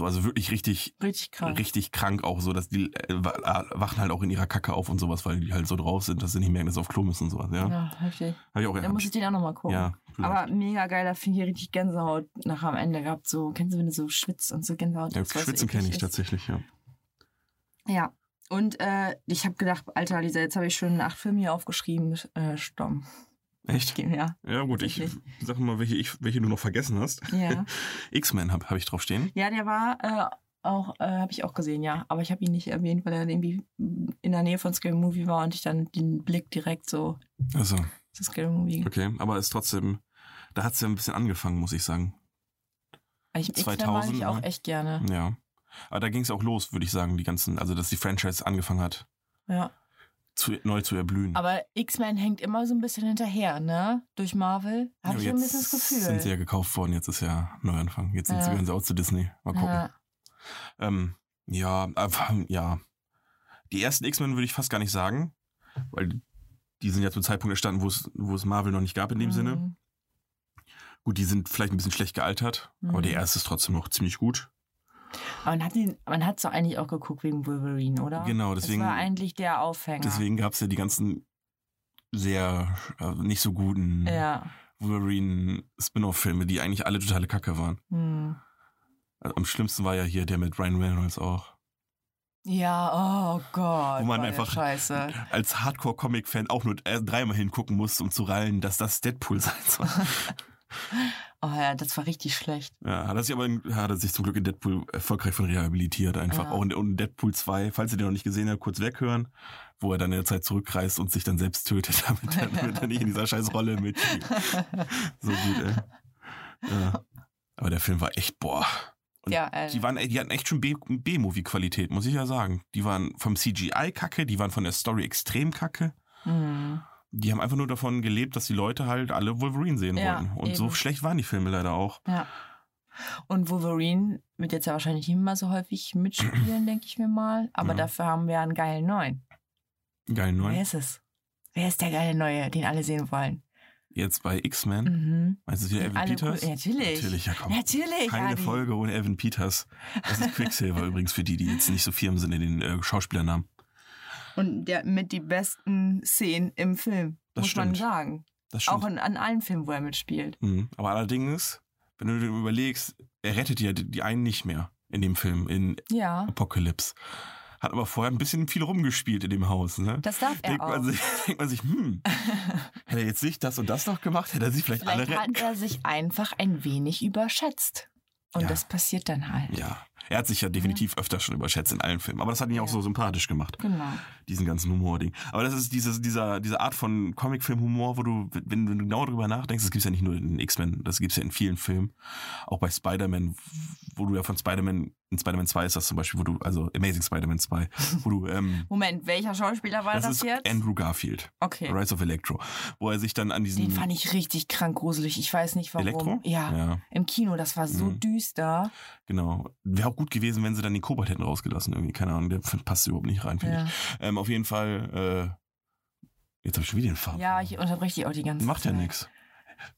Richtig krass. also richtig krank auch so, dass die äh, wa- äh, wachen halt auch in ihrer Kacke auf und sowas, weil die halt so drauf sind, dass sie nicht merken, dass sie auf Klo müssen und sowas. ne? Ja, Ja, heftig. habe ich auch Dann muss ich den auch nochmal gucken. Ja, vielleicht. Aber mega geil, da finde ich richtig Gänsehaut nach am Ende gehabt. So, kennst du, wenn du so schwitzt und so Gänsehaut ja, hast, weil es so Schwitzen kenne eklig ich ist? tatsächlich, ja. Ja. Und äh, ich habe gedacht, Alter, Lisa, jetzt habe ich schon acht Filme hier aufgeschrieben. Äh, Stomm. Echt? Ja. Ja gut, ich Tatsächlich. sag mal, welche, ich, welche du noch vergessen hast. Ja. X-Men habe hab ich drauf stehen. Ja, der war äh, auch, äh, habe ich auch gesehen, ja. Aber ich habe ihn nicht erwähnt, weil er irgendwie in der Nähe von Scary Movie war und ich dann den Blick direkt so Also, zu Scary Movie. okay. Aber ist trotzdem, da hat es ja ein bisschen angefangen, muss ich sagen. Ich, X-Men 2000, mag ich auch ne? echt gerne. Ja. Aber da ging es auch los, würde ich sagen, die ganzen, also dass die Franchise angefangen hat, Ja. zu, neu zu erblühen. Aber X-Men hängt immer so ein bisschen hinterher, ne? Durch Marvel. Ja, Habe ich aber ein jetzt bisschen das Gefühl. sind sie ja gekauft worden, jetzt ist ja Neuanfang. Jetzt sind sie Ja. ganz out zu Disney. Mal gucken. Ja, ja. ähm, ja, aber, ja. Die ersten X-Men würde ich fast gar nicht sagen, weil die sind ja zum Zeitpunkt entstanden, wo es wo es Marvel noch nicht gab in dem Sinne. Mhm. Gut, die sind vielleicht ein bisschen schlecht gealtert, aber Mhm. der erste ist trotzdem noch ziemlich gut. Aber man hat ihn, man hat's doch eigentlich auch geguckt wegen Wolverine, oder? Genau, deswegen. Das war eigentlich der Aufhänger. Deswegen gab es ja die ganzen sehr äh, nicht so guten Ja. Wolverine-Spin-Off-Filme, die eigentlich alle totale Kacke waren. Hm. Also, am schlimmsten war ja hier der mit Ryan Reynolds auch. Ja, oh Gott. Wo man war der einfach- Scheiße. Als Hardcore-Comic-Fan auch nur äh, dreimal hingucken musst, um zu rallen, dass das Deadpool sein [LAUGHS] soll. Oh ja, das war richtig [LAUGHS] schlecht. ja, hat er sich aber in, hat er sich zum Glück in Deadpool erfolgreich von rehabilitiert einfach. Ja. Auch in, und in Deadpool 2, falls ihr den noch nicht gesehen habt, kurz weghören, wo er dann in der Zeit zurückreist und sich dann selbst tötet, [LAUGHS] damit er, damit er nicht in dieser scheiß Rolle mitspielt. So gut, ey. Ja. Aber der Film war echt, boah. Und ja, äh, Die, waren, die hatten echt schon B- B-Movie-Qualität, muss ich ja sagen. Die waren vom CGI kacke, die waren von der Story extrem kacke. hm. Die haben einfach nur davon gelebt, dass die Leute halt alle Wolverine sehen Ja, wollten. Und so eben. schlecht waren die Filme leider auch. Und Wolverine wird jetzt ja wahrscheinlich nicht mehr so häufig mitspielen, denke ich mir mal. Aber Ja. dafür haben wir einen geilen Neuen. Geil, ne? Wer neun. ist es? Wer ist der geile Neue, den alle sehen wollen? Jetzt bei X-Men. Mhm. Meinst du wieder Sind Evan alle Peters? cool. Natürlich. Natürlich, ja komm. Natürlich, Keine Adi. Folge ohne Evan Peters. Das ist [LAUGHS] Quicksilver übrigens für die, die jetzt nicht so firm sind in den äh, Schauspielernamen. Und der mit die besten Szenen im Film, Das muss man stimmt. sagen. Das stimmt. Auch in, an allen Filmen, wo er mitspielt. Mhm. Aber allerdings, wenn du dir überlegst, er rettet ja die die einen nicht mehr in dem Film, in Ja. Apocalypse. Hat aber vorher ein bisschen viel rumgespielt in dem Haus. Ne? Das darf er denkt, auch. man [LAUGHS] sich, [LAUGHS] denkt man sich, hm, hätte er jetzt nicht das und das noch gemacht, hätte er sich vielleicht, Vielleicht alle retten hat er sich einfach ein wenig überschätzt. Und Ja. das passiert dann halt. Ja, er hat sich ja definitiv öfter schon überschätzt in allen Filmen. Aber das hat ihn ja auch Ja. so sympathisch gemacht, Genau. diesen ganzen Humor-Ding. Aber das ist dieses, dieser, diese Art von Comicfilm-Humor, wo du, wenn, wenn du genau drüber nachdenkst, das gibt's ja nicht nur in X-Men, das gibt's ja in vielen Filmen. Auch bei Spider-Man, wo du ja von Spider-Man, in Spider-Man 2 ist das zum Beispiel, wo du, also Amazing Spider-Man 2, wo du, [LAUGHS] ähm, Moment, welcher Schauspieler war das, das ist jetzt? Andrew Garfield, okay. Rise of Electro, wo er sich dann an diesen Den fand ich richtig krank gruselig. Ich weiß nicht warum. Elektro? Ja, ja, im Kino, das war so Mhm. düster. genau. Wäre auch gut gewesen, wenn sie dann den Kobold hätten rausgelassen irgendwie. Keine Ahnung, der passt überhaupt nicht rein, finde ich. Ja, Ähm, auf jeden Fall, äh, jetzt habe ich schon wieder den Faden. ja ich unterbreche dich auch die ganze Macht ja Zeit. nichts.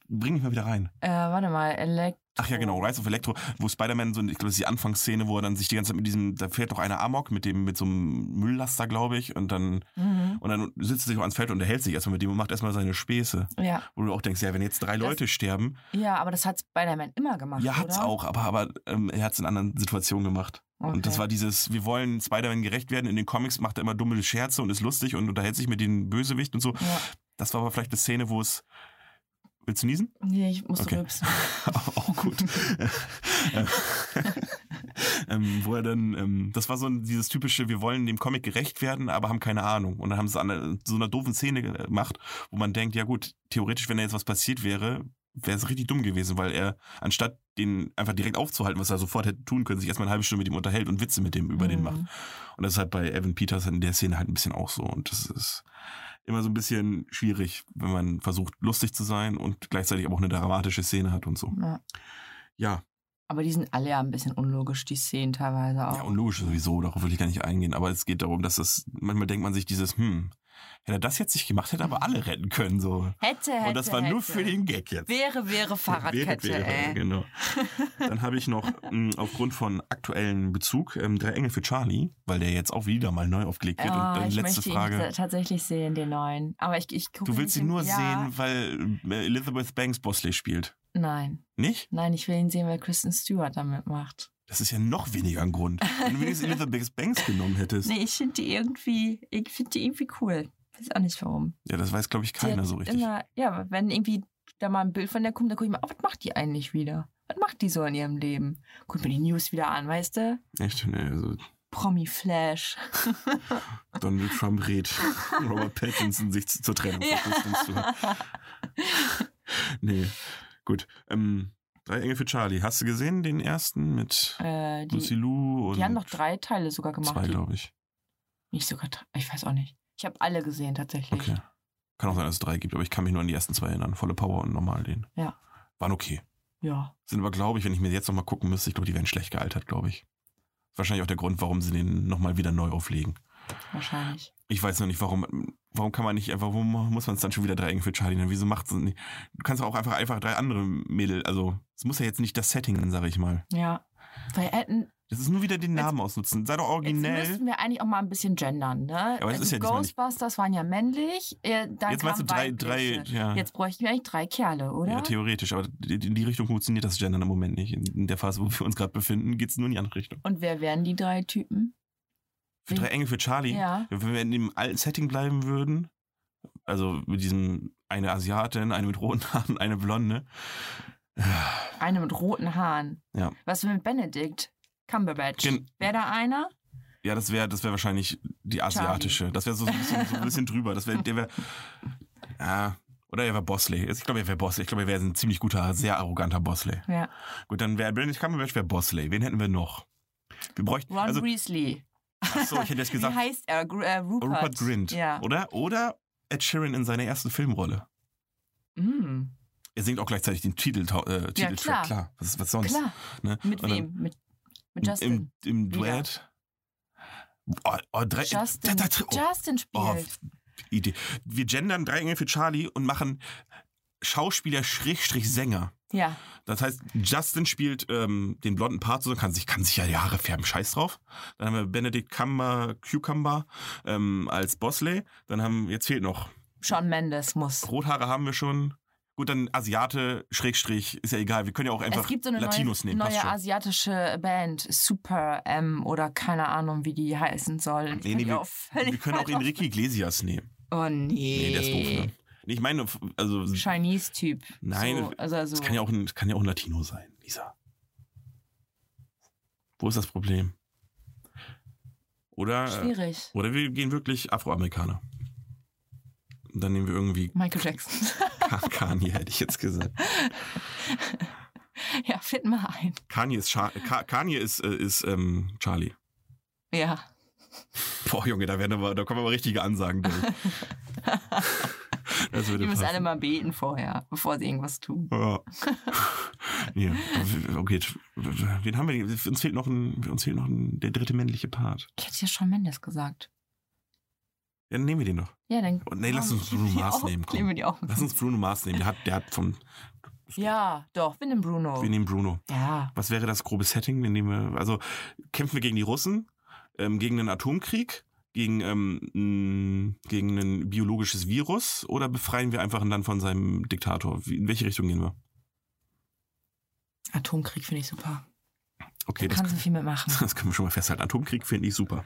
Bring mich mal wieder rein. Äh, warte mal, Elekt. Ach ja, Oh. genau, Rise of Electro, wo Spider-Man so, ich glaube, das ist die Anfangsszene, wo er dann sich die ganze Zeit mit diesem, da fährt doch einer Amok mit dem, mit so einem Mülllaster, glaube ich, und dann, Mhm. und dann sitzt er sich ans Feld und unterhält sich erstmal mit dem und macht erstmal seine Späße. Ja. Wo du auch denkst, ja, wenn jetzt drei Das- Leute sterben, ja, aber das hat Spider-Man immer gemacht. ja, hat's oder? auch, aber, aber ähm, er hat's in anderen Situationen gemacht. Okay. Und das war dieses, wir wollen Spider-Man gerecht werden, in den Comics macht er immer dumme Scherze und ist lustig und unterhält sich mit den Bösewichten und so. Ja. Das war aber vielleicht eine Szene, wo es. Willst du niesen? Nee, ich musste Okay. rülpsen. [LAUGHS] Auch gut. Äh, [LAUGHS] ähm, wo er dann, ähm, das war so ein, dieses typische, wir wollen dem Comic gerecht werden, aber haben keine Ahnung. Und dann haben sie es an einer- so einer doofen Szene gemacht, wo man denkt, ja gut, theoretisch, wenn da jetzt was passiert wäre, wäre es richtig dumm gewesen, weil er, anstatt den einfach direkt aufzuhalten, was er sofort hätte tun können, sich erstmal eine halbe Stunde mit ihm unterhält und Witze mit dem über den Mhm. macht. Und das ist halt bei Evan Peters in der Szene halt ein bisschen auch so. Und das ist immer so ein bisschen schwierig, wenn man versucht, lustig zu sein und gleichzeitig aber auch eine dramatische Szene hat und so. Ja. Ja, Aber die sind alle ja ein bisschen unlogisch, die Szenen teilweise auch. ja und logisch sowieso, darauf will ich gar nicht eingehen. Aber es geht darum, dass das, manchmal denkt man sich dieses, hm, hätte er das jetzt nicht gemacht, hätte er aber alle retten können. So. hätte, hätte. und das war nur hätte. für den Gag jetzt. Wäre, wäre Fahrradkette, [LAUGHS] Wäre, wäre, ey. [LAUGHS] Genau. Dann habe ich noch mh, aufgrund von aktuellen Bezug ähm, Drei Engel für Charlie, weil der jetzt auch wieder mal neu aufgelegt wird. Ah, und dann ich letzte möchte Frage. ihn ta- tatsächlich sehen, den neuen. Aber ich, ich gucke Du willst nicht ihn im- nur ja. sehen, weil äh, Elizabeth Banks Bosley spielt. Nein, Nicht? nein, ich will ihn sehen, weil Kristen Stewart damit macht. Das ist ja noch weniger ein [LAUGHS] Grund. Wenn du wenigstens Elizabeth Banks genommen hättest. Nee, ich finde die irgendwie, ich finde die irgendwie cool. Weiß auch nicht warum. Ja, das weiß, glaube ich, Die keiner hat so richtig. Immer, ja, aber wenn irgendwie da mal ein Bild von der kommt, dann gucke ich mir, oh, was macht die eigentlich wieder? Was macht die so in ihrem Leben? Guck mir die News wieder an, weißt du? Echt? Nee, also Promi-Flash. Donald Trump [LAUGHS] rät Robert Pattinson, sich zu, zur Trennung von Ja. [LAUGHS] Kristen Stewart. Nee, gut. Ähm, Drei Engel für Charlie. Hast du gesehen den ersten mit äh, Lucy die, Lou und die haben doch drei Teile sogar gemacht. zwei, die- glaube ich. Nicht sogar drei, ich weiß auch nicht. Ich habe alle gesehen tatsächlich. Okay. Kann auch sein, dass es drei gibt, aber ich kann mich nur an die ersten zwei erinnern. Volle Power und normal den. Ja. Waren okay. Ja. Sind aber, glaube ich, wenn ich mir jetzt nochmal gucken müsste, ich glaube, die werden schlecht gealtert, glaube ich. Wahrscheinlich auch der Grund, warum sie den nochmal wieder neu auflegen. Wahrscheinlich. Ich weiß noch nicht, warum, warum kann man nicht einfach, warum muss man es dann schon wieder drei Engel für Charlie nennen? Wieso macht es nicht? Du kannst doch auch einfach, einfach drei andere Mädel, also es muss ja jetzt nicht das Setting sein, sage ich mal. Ja. Weil hätten, Das ist nur wieder den Namen ausnutzen. Sei doch jetzt originell. müssten wir eigentlich auch mal ein bisschen gendern, ne? aber das also ist ja diesmal nicht- Ghostbusters waren ja männlich. Äh, dann Jetzt meinst du drei, kamen drei, weibliche. ja. Jetzt bräuchten wir eigentlich drei Kerle, oder? Ja, theoretisch, aber in die Richtung funktioniert das Gendern im Moment nicht. In der Phase, wo wir uns gerade befinden, geht es nur in die andere Richtung. Und wer wären die drei Typen? Für drei Engel für Charlie. Hm. Ja. wenn wir in dem alten Setting bleiben würden, also mit diesem eine Asiatin, eine mit roten [LAUGHS] Haaren, eine Blonde, Eine mit roten Haaren. Ja. Was mit Benedict? Cumberbatch. Gen- Wäre da einer? ja, das wäre das wär wahrscheinlich die asiatische. Das wäre so, so, ein bisschen- so ein [LAUGHS] bisschen drüber. Das wär, der wäre, ja, oder er wäre Bosley. Ich glaube, er wäre Bosley. Ich glaube, er wäre ein ziemlich guter, sehr arroganter Bosley. Ja. Gut, dann wäre Benedict Cumberbatch wäre Bosley. Wen hätten wir noch? Wir bräuchten, Ron also, Weasley. achso, ich hätte jetzt gesagt, [LAUGHS] Wie heißt er? Gr äh, Rupert. Rupert Grint, Ja. oder? Oder Ed Sheeran in seiner ersten Filmrolle. Mm, Er singt auch gleichzeitig den Titel, äh, Titeltrack, klar. klar. Was, was sonst? klar. Ne? Mit Und dann- wem? Mit, mit Justin. Im, im Wieder. Duett. Oh, oh, drei, Justin, da- da- oh, Justin oh, spielt. Idee. Wir gendern drei Engel für Charlie und machen Schauspieler Schrägstrich Sänger. Ja. Das heißt, Justin spielt ähm, den blonden Part, so kann sich, kann sich ja die Haare färben, scheiß drauf. Dann haben wir Benedict Cumber, Cucumber ähm, als Bosley. Dann haben, jetzt fehlt noch, Sean Mendes muss. Rothaare haben wir schon. Gut, dann Asiate, Schrägstrich, ist ja egal. Wir können ja auch einfach Es gibt so eine Latinos neue, nehmen. passt neue schon. asiatische Band, Super M oder keine Ahnung, wie die heißen soll. Nee, nee, Wir können [LAUGHS] auch Enrique Iglesias nehmen. Oh nee. Nee, er der ist doof, ne? Nee, Ich meine, also Chinese-Typ. Nein, so, also, also, es kann ja auch ein, es kann ja auch ein Latino sein, Lisa. Wo ist das Problem? Oder, äh, schwierig. oder wir gehen wirklich Afroamerikaner. Und Dann nehmen wir irgendwie [LAUGHS] Michael Jackson. [LAUGHS] Kanye, hätte ich jetzt gesagt. ja, fit mal ein. Kanye ist, Scha Ka Kanye ist, äh, ist ähm, Charlie. Ja. Boah, Junge, da, werden aber, da kommen aber richtige Ansagen durch. [LAUGHS] Das würde Die müssen alle passen. mal beten vorher, bevor sie irgendwas tun. Ja. ja. Okay. oh, Wen haben wir? denn? Uns fehlt noch ein, uns fehlt noch ein, der dritte männliche Part. Ich hätte ja schon Mendes gesagt. Ja, dann nehmen wir den noch. Ja, dann. Oh, nee, lass uns Ja, [LAUGHS] Bruno Mars auch- nehmen, komm. Nehmen wir die auch. Lass uns Bruno Mars nehmen. Der hat, der hat vom. Ja, doch, wir nehmen Bruno. Wir nehmen Bruno. ja. Was wäre das grobe Setting? Wir nehmen, also kämpfen wir gegen die Russen, ähm, gegen einen Atomkrieg, gegen, ähm, mh, gegen ein biologisches Virus oder befreien wir einfach ein Land von seinem Diktator? Wie, in welche Richtung gehen wir? Atomkrieg finde ich super. Okay, da das, kannst du viel mitmachen. [LAUGHS] das können wir schon mal festhalten. Atomkrieg finde ich [LAUGHS] super.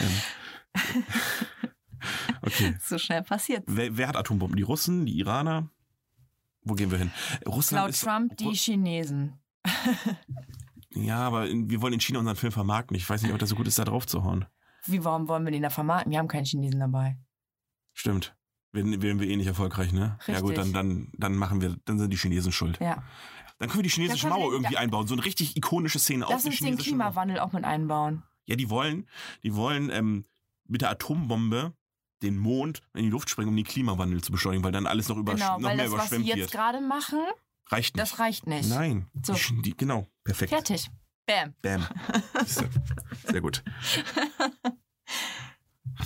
Ähm, [LAUGHS] okay. so schnell passiert. Wer, wer hat Atombomben? Die Russen, die Iraner? Wo gehen wir hin? Russland Laut ist, Trump die Ru- Chinesen. Ja, aber in, wir wollen in China unseren Film vermarkten. Ich weiß nicht, ob das so gut ist, da drauf zu hauen. Wie, warum wollen wir den da vermarkten? Wir haben keinen Chinesen dabei. Stimmt. Werden, werden wir eh nicht erfolgreich, ne? Ja gut, dann, Richtig. dann, dann machen wir, dann sind die Chinesen schuld. Ja. Dann können wir die chinesische Dann können wir Mauer den- irgendwie einbauen. So eine richtig ikonische Szene auf Lass die uns den chinesische Mauer. Klimawandel auch mit einbauen. Ja, die wollen, die wollen ähm, mit der Atombombe den Mond in die Luft sprengen, um den Klimawandel zu beschleunigen, weil dann alles noch, über, genau, noch weil mehr das, was sie überschwemmt jetzt wird. gerade machen, Reicht nicht. das reicht nicht. Nein. So. Die, die, genau. Perfekt. Fertig. Bam. Bam. Siehste. Sehr gut.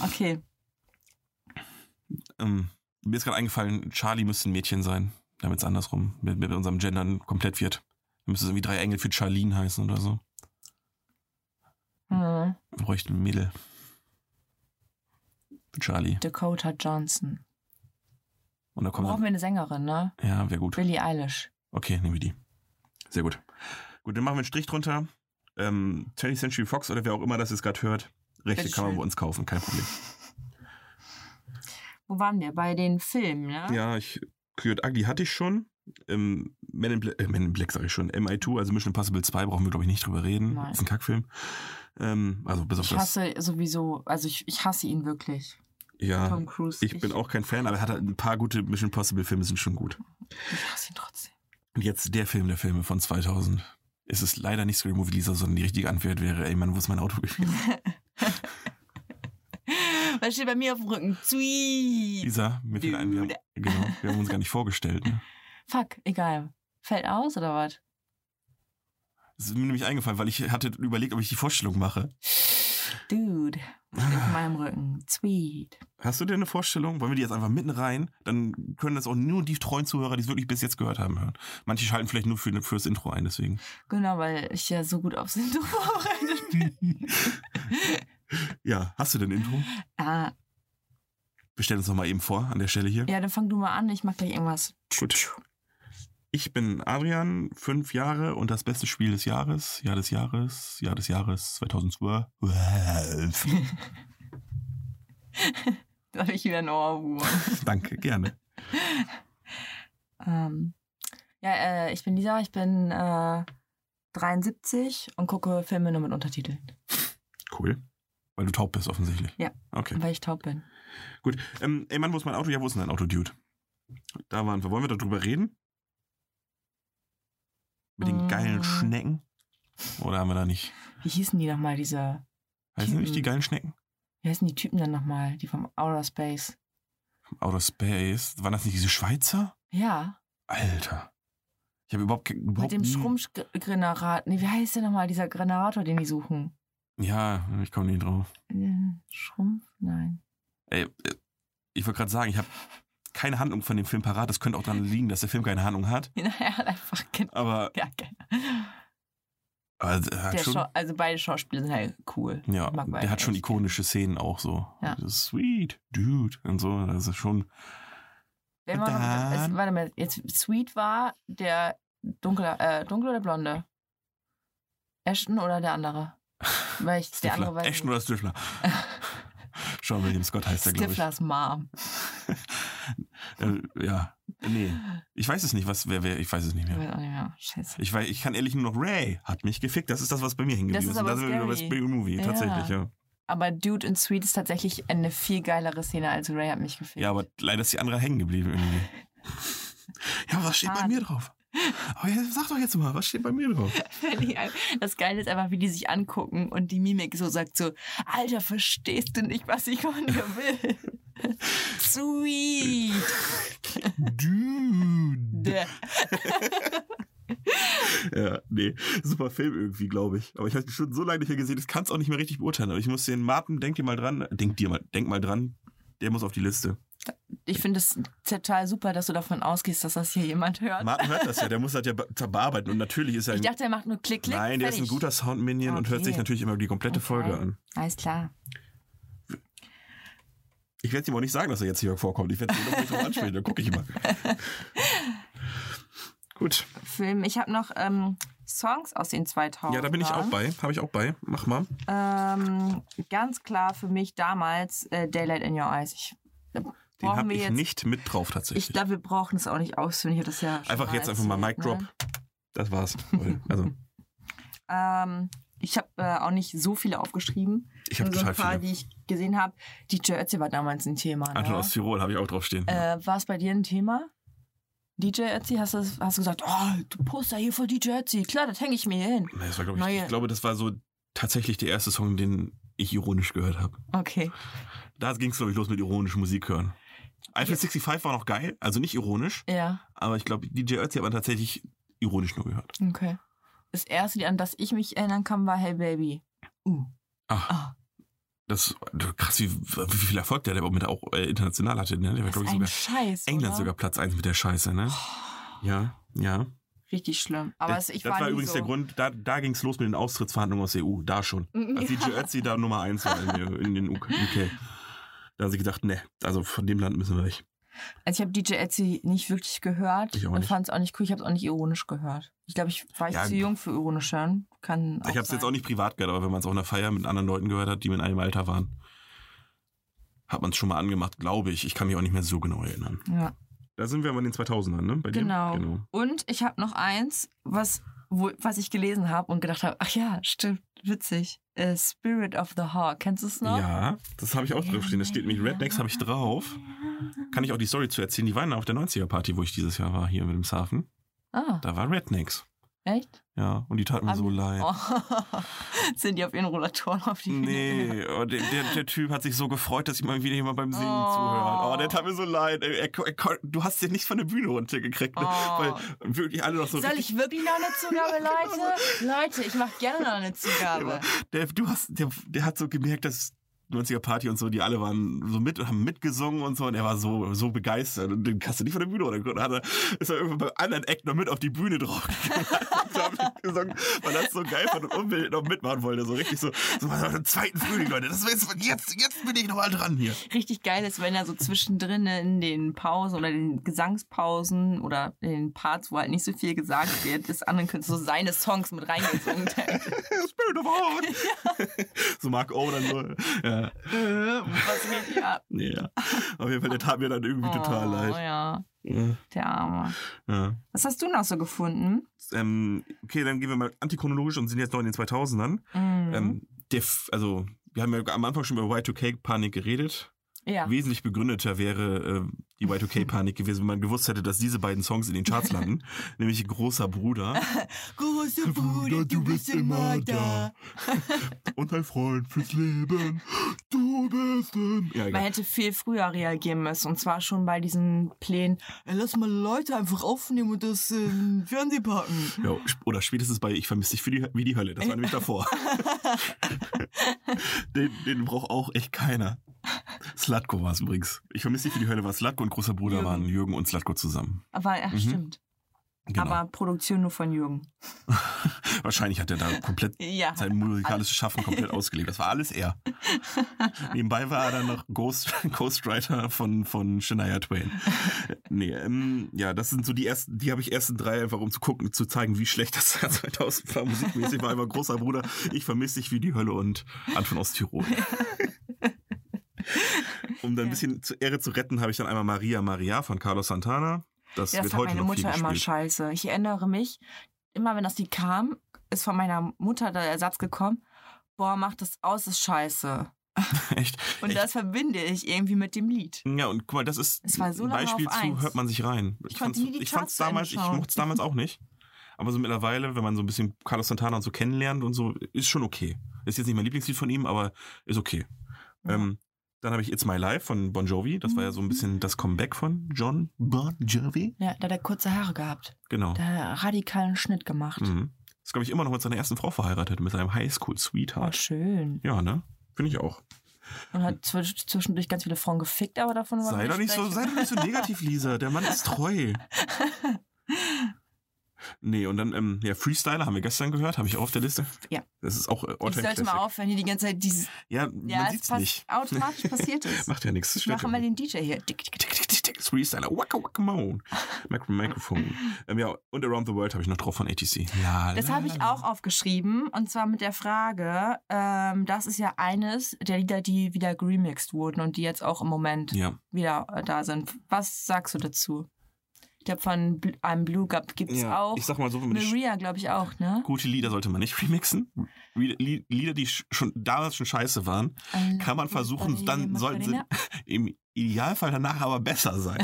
Okay. Ähm, mir ist gerade eingefallen, Charlie müsste ein Mädchen sein, damit es andersrum mit, mit unserem Gendern komplett wird. Dann müsste es irgendwie drei Engel für Charlene heißen oder so. Hm. Wir bräuchten ein Mädel. Für Charlie. Dakota Johnson. Und da kommt Brauchen dann, wir eine Sängerin, ne? Ja, wäre gut. Billie Eilish. Okay, nehmen wir die. Sehr gut. Gut, dann machen wir einen Strich drunter. Ähm, 20th Century Fox oder wer auch immer das jetzt gerade hört, Rechte kann man Bitteschön. bei uns kaufen, kein Problem. Wo waren wir? Bei den Filmen, ne? Ja, ich Coyote Ugly hatte ich schon. Ähm, Men, in Bla äh, Men in Black sage ich schon. MI2, also Mission Impossible 2 brauchen wir glaube ich nicht drüber reden. Nein. Ist ein Kackfilm. Ähm, also bis auf Ich das. hasse sowieso, also ich, ich hasse ihn wirklich. ja, Tom Cruise. ich bin auch kein Fan, aber er hat halt ein paar gute Mission Impossible Filme sind schon gut. Ich hasse ihn trotzdem. [LAUGHS] Und jetzt der Film der Filme von 2000. Es ist leider nicht Scary Movie Lisa, sondern die richtige Antwort wäre, ey Mann, wo ist mein Auto geblieben? Was steht bei mir auf dem Rücken? Zwie. Lisa, mir fällt ein, wir haben, Dude. [LAUGHS] genau, wir haben uns gar nicht vorgestellt. Ne? Fuck, egal. Fällt aus oder was? Das ist mir nämlich eingefallen, weil ich hatte überlegt, ob ich die Vorstellung mache. Dude, was steht Ah. auf meinem Rücken. Sweet. Hast du denn eine Vorstellung? Wollen wir die jetzt einfach mitten rein? Dann können das auch nur die treuen Zuhörer, die es wirklich bis jetzt gehört haben, hören. Manche schalten vielleicht nur für, ne, fürs Intro ein, deswegen. Genau, weil ich ja so gut aufs Intro [LAUGHS] vorbereitet bin. ja, hast du denn Intro? Ah, Wir stellen uns nochmal eben vor an der Stelle hier. ja, dann fang du mal an. Ich mach gleich irgendwas. [LAUGHS] Gut. Ich bin Adrian, fünf Jahre und das beste Spiel des Jahres, Jahr des Jahres, Jahr des Jahres 2012. Da hab ich wieder ein Ohrwurm. [LAUGHS] Danke, gerne. ähm, ja, äh, ich bin Lisa. Ich bin äh, 73 und gucke Filme nur mit Untertiteln, Cool. Weil du taub bist, offensichtlich. Ja. Okay. weil ich taub bin. Gut. Ähm, ey Mann, wo ist mein Auto? Ja, wo ist denn dein Auto, Dude? Da waren wir. Wollen wir darüber reden? Mit den Mm. geilen Schnecken? Oder haben wir da nicht? Wie hießen die nochmal, diese... Heißen die nicht die Typen. geilen Schnecken? Wie heißen die Typen denn nochmal? Die vom Outer Space. Outer Space. Waren das nicht diese Schweizer? Ja, Alter. Ich habe überhaupt, ke- überhaupt mit dem nie- Schrumpfgrenarat. Nee, wie heißt der nochmal, dieser Grenator, den die suchen? Ja, ich komme nicht drauf. Äh, Schrumpf? Nein. Ey, äh, ich wollte gerade sagen, ich habe keine Handlung von dem Film parat. Das könnte auch daran liegen, dass der Film keine Handlung [LAUGHS] hat. Er hat einfach keine. Aber Ja, keine. äh, er hat Der schon, Schau also beide Schauspieler sind halt cool. ja, Ich mag beide der hat schon echt. ikonische Szenen auch so. Ja. Sweet, dude und so. Das ist schon Wenn man, Dann- es, warte mal, jetzt Sweet war der dunkle, äh, dunkle oder blonde? Ashton oder [LAUGHS] der andere? Weil ich der andere Stifler. weiß. Ashton oder [LAUGHS] Stifler? Sean William Scott heißt er, glaube ich. Stiflers Mom. [LAUGHS] Äh, ja. Nee. Ich weiß es nicht, was wer wer, ich weiß es nicht Ich mehr. weiß auch nicht mehr. Scheiße. Ich, weiß, ich kann ehrlich nur noch Ray hat mich gefickt. Das ist das, was bei mir hängen Das geblieben ist Und aber da sind wir wieder bei scary. Scary Movie, Ja. tatsächlich, ja. Aber Dude in Sweet ist tatsächlich eine viel geilere Szene als Ray hat mich gefehlt. Ja, aber leider ist die andere hängen geblieben [LAUGHS] irgendwie. Ja, was steht bei Schade. mir drauf? Aber jetzt, sag doch jetzt mal, was steht bei mir [LAUGHS] drauf? Das Geile ist einfach, wie die sich angucken und die Mimik so sagt so, Alter, verstehst du nicht, was ich von dir will? [LAUGHS] Sweet. Dude. Ja, nee, super Film irgendwie, glaube ich. Aber ich habe ihn schon so lange nicht mehr gesehen, ich kann es auch nicht mehr richtig beurteilen. Aber ich muss den Martin, denk dir mal dran, denk dir mal, denk mal dran, der muss auf die Liste. Ich finde es total super, dass du davon ausgehst, dass das hier jemand hört. Martin hört das ja, der muss das ja be- bearbeiten und natürlich ist er ich ein, dachte, er macht nur Klick, Klick. Nein, der ist ein fertig. guter Soundminion und hört sich Okay. natürlich immer die komplette Okay. Folge an. Alles klar. Ich werde ihm auch nicht sagen, dass er jetzt hier vorkommt. Ich werde ihn noch nicht drauf ansprechen, dann gucke ich [LAUGHS] mal. Gut. Film. Ich habe noch ähm, Songs aus den 2000 Ja, da bin ich auch bei. Habe ich auch bei. Mach mal. Ähm, ganz klar für mich damals äh, Daylight in Your Eyes. Ich, äh, Den brauchen habe wir ich jetzt. nicht mit drauf tatsächlich. ich glaube, wir brauchen es auch nicht ausführen. Ich hab das ja schon einfach jetzt einfach mal erzählt, Mic ne? Drop. Das war's. Leute. Also, Ähm, ich habe äh, auch nicht so viele aufgeschrieben. ich habe Nur so ein total paar, viele. die ich gesehen habe. Die Ötzi war damals ein Thema. Anton Ne? aus Tirol habe ich auch drauf stehen. Äh, war es bei dir ein Thema? DJ Ötzi, hast du, hast du gesagt, oh, du Poster hier voll DJ Ötzi, klar, das hänge ich mir hin. Nee, das war, glaub ich, neue- ich glaube, das war so tatsächlich der erste Song, den ich ironisch gehört habe. Okay. Da ging es, glaube ich, los mit ironisch Musik hören. Eiffel 65 war noch geil, also nicht ironisch, Ja, aber ich glaube, DJ Ötzi hat man tatsächlich ironisch nur gehört. okay. Das erste Lied, an das ich mich erinnern kann, war Hey Baby. Uh. Ach. Ah. Das krass, wie, wie viel Erfolg der, der auch mit auch äh, international hatte. Ne? Der war, Das glaube ist ich, ein sogar Scheiß. England oder? sogar Platz 1 mit der Scheiße, ne? Ja, ja. Oh, Richtig schlimm. Aber das es, ich das war, war nie übrigens so. [LAUGHS] der Grund, da, da ging es los mit den Austrittsverhandlungen aus der EU, da schon. Als Ja. DJ Ötzi da Nummer 1 war in, in den UK. Da haben sie gedacht, ne, also von dem Land müssen wir weg. Also ich habe DJ Etsy nicht wirklich gehört Ich auch und nicht. fand es auch nicht cool. Ich habe es auch nicht ironisch gehört. Ich glaube, ich war ich Ja, zu jung für ironisch hören. Kann Ich habe es sein. jetzt auch nicht privat gehört, aber wenn man es auf einer Feier mit anderen Leuten gehört hat, die in einem Alter waren, hat man es schon mal angemacht, glaube ich. Ich kann mich auch nicht mehr so genau erinnern. Ja. Da sind wir aber in den 2000ern, ne? Bei Genau. Dem? genau. Und ich habe noch eins, was, wo, was ich gelesen habe und gedacht habe, ach ja, stimmt, witzig. Äh, Spirit of the Hawk, kennst du es noch? Ja, das habe ich auch drauf stehen. Das steht nämlich Rednecks, habe ich drauf. Kann ich auch die Story zu erzählen? Die waren auf der 90er-Party, wo ich dieses Jahr war, hier in Wilhelmshaven. Ah, Da war Rednecks. echt? Ja, und die taten mir Haben- so leid. Oh, [LAUGHS] sind die auf ihren Rollatoren auf [LAUGHS] die Nee, oh, der, der, [LAUGHS] der Typ hat sich so gefreut, dass ihm mal wieder jemand beim Singen Oh. zuhört. Oh, der tat mir so leid. Er, er, er, du hast den nicht von der Bühne runtergekriegt, ne? Oh. weil wirklich alle noch so Soll richtig ich wirklich noch eine Zugabe, [LAUGHS] Leute? Leute, ich mache gerne noch eine Ja, Zugabe. aber Der, du hast, der, der hat so gemerkt, dass 90er Party und so, die alle waren so mit, haben mitgesungen und so und er war so, so begeistert und den hast du nicht von der Bühne runtergekommen. Dann hat er, ist er irgendwann beim anderen Eck noch mit auf die Bühne draufgegangen und [LAUGHS] hat damit gesungen, weil er es so geil fand und unbedingt noch mitmachen wollte. So richtig so, so was am zweiten Frühling, Leute. Das ist jetzt, jetzt bin ich nochmal dran hier. richtig geil ist, wenn er so zwischendrin in den Pausen oder den Gesangspausen oder in den Parts, wo halt nicht so viel gesagt wird, ist anderen Künstler so seine Songs [LAUGHS] mit reingesungen. Spirit of Heart. [LAUGHS] [LAUGHS] So Mark O dann so. Ja. Was geht hier ab? ja. Auf jeden Fall, der tat mir dann irgendwie total oh, leid. Ja, Ja. der Arme. ja. Was hast du noch so gefunden? ähm, okay, dann gehen wir mal antichronologisch und sind jetzt noch in den 2000ern. Mhm. Ähm, der, F- also, wir haben ja am Anfang schon über Y2K-Panik geredet. ja. Wesentlich begründeter wäre äh, die [LAUGHS] Y2K-Panik gewesen, wenn man gewusst hätte, dass diese beiden Songs in den Charts landen. nämlich Großer [LAUGHS] Bruder Große [LAUGHS] und ein Freund fürs Leben. Du bist im... Ja, Man egal. hätte viel früher reagieren müssen und zwar schon bei diesen Plänen, "Ey, lass mal Leute einfach aufnehmen und das ähm, Fernsehen packen. Ja, sp- oder spätestens bei Ich vermisse dich für die, wie die Hölle. Das war nämlich [LAUGHS] davor. den, den braucht auch echt keiner. Slatko war es übrigens. Ich vermisse dich für die Hölle war Slatko und großer Bruder Jürgen. waren Jürgen und Slatko zusammen. Aber ach, Mhm. stimmt. Genau. aber Produktion nur von Jürgen. Wahrscheinlich hat er da komplett Ja. sein musikalisches Schaffen komplett ausgelegt. Das war alles [LAUGHS] er. Nebenbei war er dann noch Ghost, [LAUGHS] Ghostwriter von, von Shania Twain. Nee, ähm, ja, das sind so die ersten, die habe ich ersten drei einfach, um zu gucken, zu zeigen, wie schlecht das [LAUGHS] Jahr 2000 war musikmäßig. War immer großer Bruder, ich vermisse dich wie die Hölle und Anton aus [LAUGHS] Tirol. um dann ein Ja. bisschen zur Ehre zu retten, habe ich dann einmal Maria Maria von Carlos Santana. Das, Das wird fand heute meine noch viel Mutter immer gespielt. scheiße. Ich erinnere mich, immer wenn das Lied kam, ist von meiner Mutter der Ersatz gekommen, boah, mach das aus, ist scheiße. [LAUGHS] Echt? Und Echt? das verbinde ich irgendwie mit dem Lied. Ja, und guck mal, das ist Es war so ein lange Beispiel auf zu, eins. hört man sich rein. Ich konnte nie die ich fand's Charts zu Ende damals, ich schauen. mochte es damals auch nicht. Aber so mittlerweile, wenn man so ein bisschen Carlos Santana und so kennenlernt und so, ist schon okay. Ist jetzt nicht mein Lieblingslied von ihm, aber ist okay. Ja. Mhm. Ähm, dann habe ich It's My Life von Bon Jovi. Das war ja so ein bisschen das Comeback von John Bon Jovi. Ja, da hat er kurze Haare gehabt. Genau. Da hat er radikalen Schnitt gemacht. Mhm. Ist, glaube ich, immer noch mit seiner ersten Frau verheiratet, mit seinem Oh, Highschool-Sweetheart. schön. Ja, ne? Finde ich auch. Und hat zwisch- zwischendurch ganz viele Frauen gefickt, aber davon war Sei doch nicht so, sei doch nicht so negativ, Lisa. Der Mann ist [LAUGHS] treu. Nee, und dann, ähm, ja, Freestyler haben wir gestern gehört, habe ich auch auf der Liste. Ja. Das ist auch äh, Ich Alltime sollte Classic. mal aufhören, hier die ganze Zeit dieses. Ja, Ja, man es sieht's passt, nicht. [LAUGHS] automatisch passiert es. Macht ja nichts. Ich stört mache ja mal nicht. den DJ hier. Tick, Tick, tick, tick. tick, tick, tick, Freestyler, wacka, wacka, [LAUGHS] moan. Micro, Mikrofon. ähm, ja, und Around the World habe ich noch drauf von ATC. La, Das la, habe la, ich la. auch aufgeschrieben und zwar mit der Frage, ähm, das ist ja eines der Lieder, die wieder geremixed wurden und die jetzt auch im Moment Ja, wieder äh, da sind. Was sagst du dazu? Ich glaube, von Bl einem Blue Gap gibt es ja. auch. ich sag mal so, wenn man die Maria, glaube ich, auch, ne? gute Lieder sollte man nicht remixen. Lieder- Lieder, die sch- schon damals schon scheiße waren, kann man versuchen, dann sollten sie [LAUGHS] im Idealfall danach aber besser [LAUGHS] sein.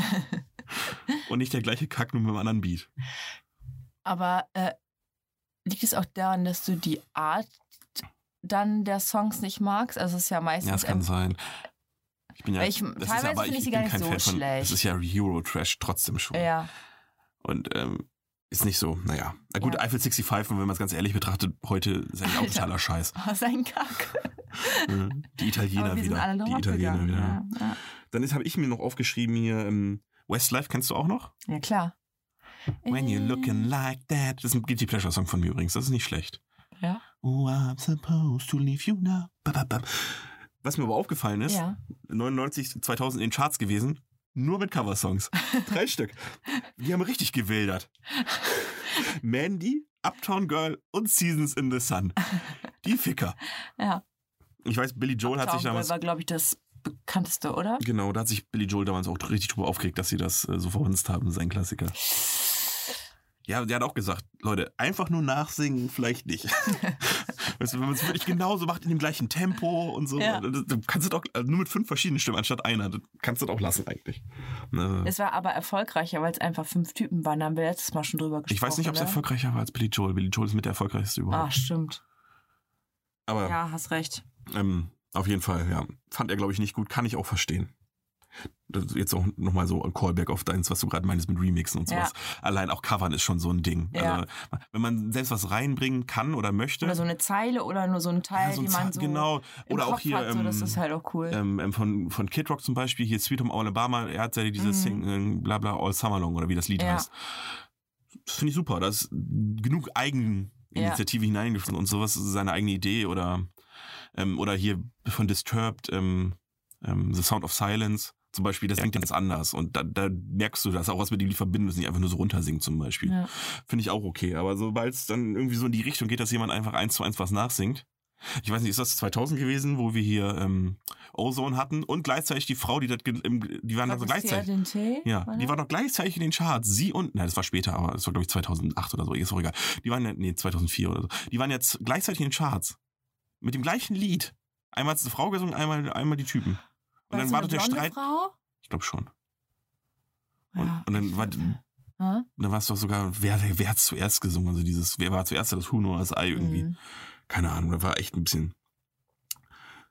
Und nicht der gleiche Kack nur mit einem anderen Beat. Aber äh, liegt es auch daran, dass du die Art dann der Songs nicht magst? Also es ist ja meistens Ja, das kann ähm, sein. Ich bin ja, Weil ich- das ist teilweise ja, aber finde ich sie bin gar nicht kein so Fan von, Das schlecht. ist ja Euro-Trash trotzdem schon. ja, Und ähm, ist nicht so, naja. Na gut, Ja. Eiffel 65, wenn man es ganz ehrlich betrachtet, heute ist eigentlich auch Alter. totaler Scheiß. sein Kack. Ja, Die Italiener [LAUGHS] Aber wir sind wieder. alle die drauf Italiener gegangen. wieder. Ja, ja. Dann habe ich mir noch aufgeschrieben hier, ähm, Westlife kennst du auch noch? Ja, klar. Äh, When you're looking Ähm. like that. Das ist ein Guilty Pleasure Song von mir übrigens, das ist nicht schlecht. Ja. Oh, I'm supposed to leave you now. Ba, ba, ba. Was mir aber aufgefallen ist, Ja. 99, 2000 in den Charts gewesen, nur mit [LAUGHS] Coversongs. Drei Stück. Die haben richtig gewildert. Mandy, Uptown Girl und Seasons in the Sun. Die Ficker. Ja. Ich weiß, Billy Joel hat sich Town Girl damals... war, glaube ich, das bekannteste, oder? Genau, da hat sich Billy Joel damals auch richtig drüber aufgeregt, dass sie das äh, so verhunzt haben, sein Klassiker. Ja, der hat auch gesagt, Leute, einfach nur nachsingen, vielleicht nicht. [LAUGHS] weißt du, wenn man es wirklich genauso macht, in dem gleichen Tempo und so, Ja. das- das kannst du doch also nur mit fünf verschiedenen Stimmen anstatt einer, das kannst du doch lassen eigentlich. Ne? Es war aber erfolgreicher, weil es einfach fünf Typen waren. Da haben wir letztes Mal schon drüber gesprochen. Ich weiß nicht, ob es ne? erfolgreicher war als Billy Joel. Billy Joel ist mit der erfolgreichste Ah, überhaupt. stimmt. Aber Ah, Ja, hast recht. ähm, auf jeden Fall, ja. Fand er, glaube ich, nicht gut. Kann ich auch verstehen. Das ist jetzt auch nochmal so ein Callback auf deins, was du gerade meinst mit Remixen und Ja. sowas. Allein auch Covern ist schon so ein Ding. Ja. Also, wenn man selbst was reinbringen kann oder möchte. Oder so eine Zeile oder nur so ein Teil, ja, so ein die man Zahn- so genau. im Oder Kopf auch hier hat. So, das ähm, ist halt auch cool. ähm, ähm, von, von Kid Rock zum Beispiel, hier Sweet Home Alabama, er hat ja dieses Mhm. Sing, äh, bla bla All Summer Long oder wie das Lied Ja. heißt. Das finde ich super. Da ist genug Eigeninitiative hineingeflossen und sowas, also seine eigene Idee oder, ähm, oder hier von Disturbed, ähm, ähm, The Sound of Silence. Zum Beispiel, das klingt ganz anders. Und da, da merkst du, dass auch was mit dem die verbinden müssen, nicht einfach nur so runtersingen zum Beispiel. Ja. Finde ich auch okay. Aber sobald es dann irgendwie so in die Richtung geht, dass jemand einfach eins zu eins was nachsingt, ich weiß nicht, ist das 2000 gewesen, wo wir hier ähm, Ozone hatten und gleichzeitig die Frau, die das, ge- im, die waren War dann so das Tia gleichzeitig. den Tee? Ja, War die das? waren doch gleichzeitig in den Charts. Sie und, nein, das war später, aber das war glaube ich 2008 oder so, ist auch egal. Die waren ja, nee, 2004 oder so. Die waren jetzt gleichzeitig in den Charts. Mit dem gleichen Lied. Einmal hat es eine Frau gesungen, einmal, einmal die Typen. Und War dann das war so doch der eine blonde Streit. Frau? Ich glaube schon. Und, Ja. und dann war, Hä? dann war es doch sogar, wer, wer hat zuerst gesungen? Also dieses, wer war zuerst das Huhn oder das Ei irgendwie? Hm. Keine Ahnung, das war echt ein bisschen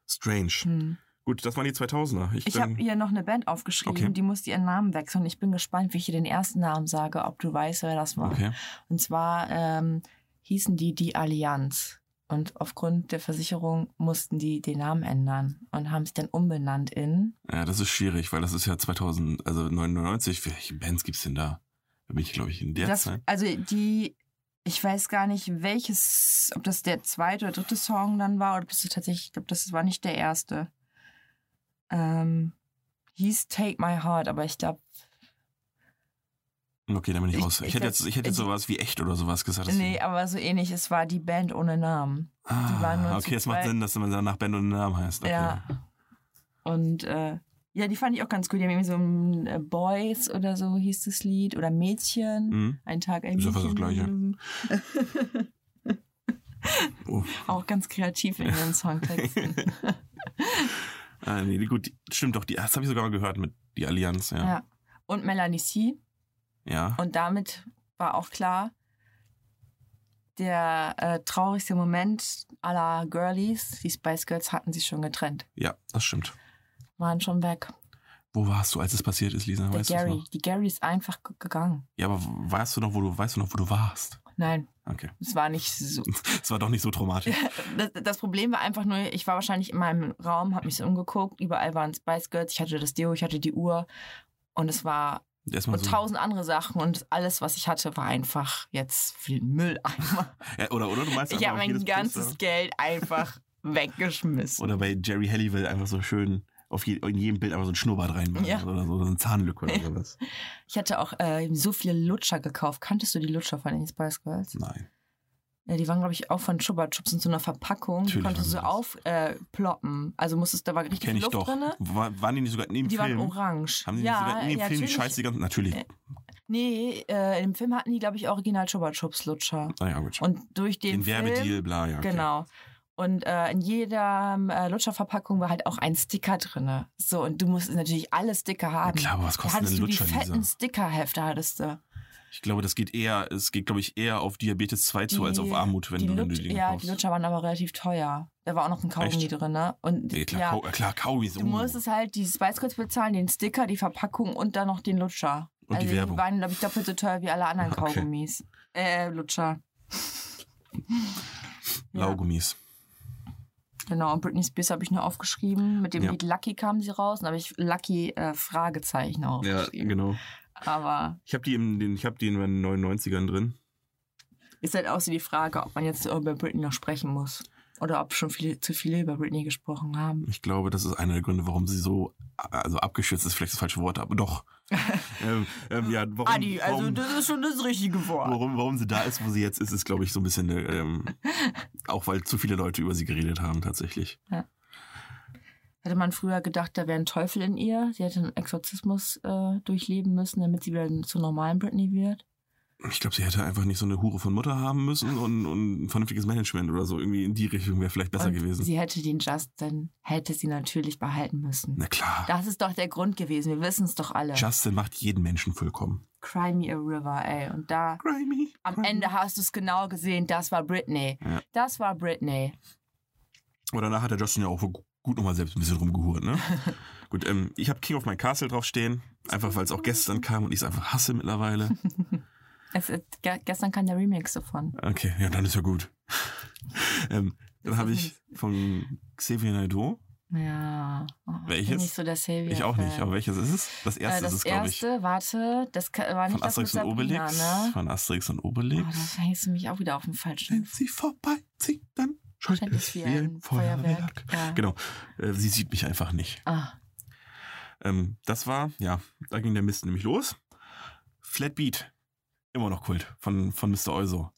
strange. Hm. Gut, das waren die 2000er. Ich, Ich bin- habe hier noch eine Band aufgeschrieben, Okay. die muss ihren Namen wechseln. Ich bin gespannt, wie ich hier den ersten Namen sage, ob du weißt, wer das war. Okay. Und zwar ähm, hießen die die Allianz. Und aufgrund der Versicherung mussten die den Namen ändern und haben es dann umbenannt in. Ja, das ist schwierig, weil das ist ja 2000, also 99. Welche Bands gibt's denn da? Da bin ich, glaube ich, in der Das, Zeit. also die, ich weiß gar nicht, welches, ob das der zweite oder dritte Song dann war, oder bist du tatsächlich, ich glaube, das war nicht der erste. Ähm, hieß Take My Heart, aber ich glaube, Okay, da bin ich Ich- raus. Ich, ich hätte, weiß- jetzt, ich hätte jetzt die- sowas wie echt oder sowas gesagt. dass- nee, aber so ähnlich, es war die Band ohne Namen. ah, waren nur zu okay, es macht zweit. Sinn, dass man danach Band und Namen heißt. Okay. Ja. Und äh, ja, die fand ich auch ganz cool. Die haben irgendwie so ein äh, Boys oder so hieß das Lied oder Mädchen. Mhm. Ein Tag ein Ist ja fast das Mädchen. Oh. Auch ganz kreativ in ihren Songtexten. Ah, nee, die- gut, die- stimmt doch. Die, das habe ich sogar mal gehört mit die Allianz. [LAUGHS] Ja. ja. Und Melanie C. ja. Und damit war auch klar, der äh, traurigste Moment aller Girlies, die Spice Girls hatten sich schon getrennt, Ja, das stimmt. waren schon weg. Wo warst du, als es passiert ist, Lisa? Der Weißt du Gary, noch? die Gary ist einfach g- gegangen. Ja, aber weißt du noch, wo du, weißt du noch, wo du warst? Nein, Okay. es war nicht so. Es war doch nicht so traumatisch. [LAUGHS] Das, das Problem war einfach nur, ich war wahrscheinlich in meinem Raum, habe mich so umgeguckt, überall waren Spice Girls, ich hatte das Deo, ich hatte die Uhr und es war Erstmal und so, tausend andere Sachen und alles, was ich hatte, war einfach jetzt für [LAUGHS] den Mülleimer. ja, äh, oder, oder du meinst Ich einfach auf habe mein Also jedes ganzes Poster. Geld [LAUGHS] einfach weggeschmissen. Oder bei Jerry Halliwell einfach so schön auf je, in jedem Bild einfach so ein Schnurrbart reinmachen Ja. oder so, oder so eine Zahnlücke oder [LAUGHS] Ja. sowas. Ich hatte auch äh, so viele Lutscher gekauft. Kanntest du die Lutscher von den Spice Girls? Nein. Ja, die waren, glaube ich, auch von Chupa Chups in so einer Verpackung. die Natürlich konntest du so waren aufploppen. Äh, ploppen. also musstest, da war richtig Kenne viel ich doch. Luft drin. War, waren die nicht sogar in dem Die Film? waren orange. Haben die nicht sogar in dem Film die Scheiße die ganzen. Natürlich. Äh. Nee, äh, im Film hatten die, glaube ich, original Chupa Chups Lutscher. Naja, Ah gut. Und durch den, den Werbedeal, Film, bla, ja. Okay. Genau. Und äh, in jeder äh, Lutscherverpackung war halt auch ein Sticker drin. So, und du musstest natürlich alle Sticker Ja, haben. klar, aber was Da kostet hattest denn du die Lutscher, fetten Lisa? Stickerhefte, hattest du. Ich glaube, das geht eher, es geht, glaube ich, eher auf Diabetes 2 zu, als auf Armut, wenn die du, wenn du Lutsch- die Ja, kaufst. die Lutscher waren aber relativ teuer. Da war auch noch ein Kaugummi Echt? drin, ne? Und Nee, klar, Oh. Kau, ja, klar, uh, Kaugummi ist du musstest halt die Spice Girls bezahlen, den Sticker, die Verpackung und dann noch den Lutscher. Und die also Werbung. die waren, glaube ich, doppelt so teuer wie [LAUGHS] alle anderen Ah, okay. Kaugummis. Äh, Lutscher. ja, Laugummis. genau. Und Britney Spears habe ich nur aufgeschrieben. Mit dem Ja. Lied Lucky kamen sie raus. Und habe ich Lucky äh, Fragezeichen aufgeschrieben. genau. Aber Ich habe die, im- den- ich hab die in meinen 99ern drin. ist halt auch so die Frage, ob man jetzt über Britney noch sprechen muss. Oder ob schon viele, zu viele über Britney gesprochen haben. Ich glaube, das ist einer der Gründe, warum sie so, also abgeschürzt ist vielleicht das falsche Wort, aber [LAUGHS] doch. ähm, ähm, ja, warum, Adi, also warum, das ist schon das richtige Wort. warum, warum sie da ist, wo sie jetzt ist, ist, glaube ich, so ein bisschen, eine, ähm, [LAUGHS] auch weil zu viele Leute über sie geredet haben tatsächlich. Hätte man früher gedacht, da wäre ein Teufel in ihr. Sie hätte einen Exorzismus äh, durchleben müssen, damit sie wieder zur normalen Britney wird. Ich glaube, sie hätte einfach nicht so eine Hure von Mutter haben müssen und, und ein vernünftiges Management oder so. Irgendwie in die Richtung wäre vielleicht besser Und gewesen. Sie hätte den Justin, hätte sie natürlich behalten müssen. Na klar. Das ist doch der Grund gewesen. Wir wissen es doch alle. Justin macht jeden Menschen vollkommen. Cry me a river, ey. Und da Grimy. am Ende hast du es genau gesehen. Das war Britney. Hm. Ja. Das war Britney. Und danach hat der Justin ja auch gut nochmal selbst ein bisschen rumgehurt, [LAUGHS] ne? gut, ähm, ich habe King of My Castle draufstehen, einfach weil es auch gestern kam und ich es einfach hasse [LAUGHS] mittlerweile. Es, es, ge gestern kam der Remix davon. Okay, ja, dann ist ja gut. ähm, dann Das habe ist ich von Xavier Naidoo, Ja. Oh, ich bin Welches? Nicht so der Savior. ich auch nicht, aber welches ist es? Das Äh, erste das ist es, glaube ich. erste, warte, das ka- war nicht Von Asterix das und mit Sabrina, Obelix. ne? Von Asterix und Oh, Obelix. da hängst du mich auch wieder auf den Wenn falschen sie vorbeizieht, dann Stand. ist wie ein Feuerwerk. Ja. Genau. Äh, sie sieht mich einfach nicht. Ah, Ähm, das war, ja, da ging der Mist nämlich los. Flatbeat, immer noch Kult von, von Mr. Euso.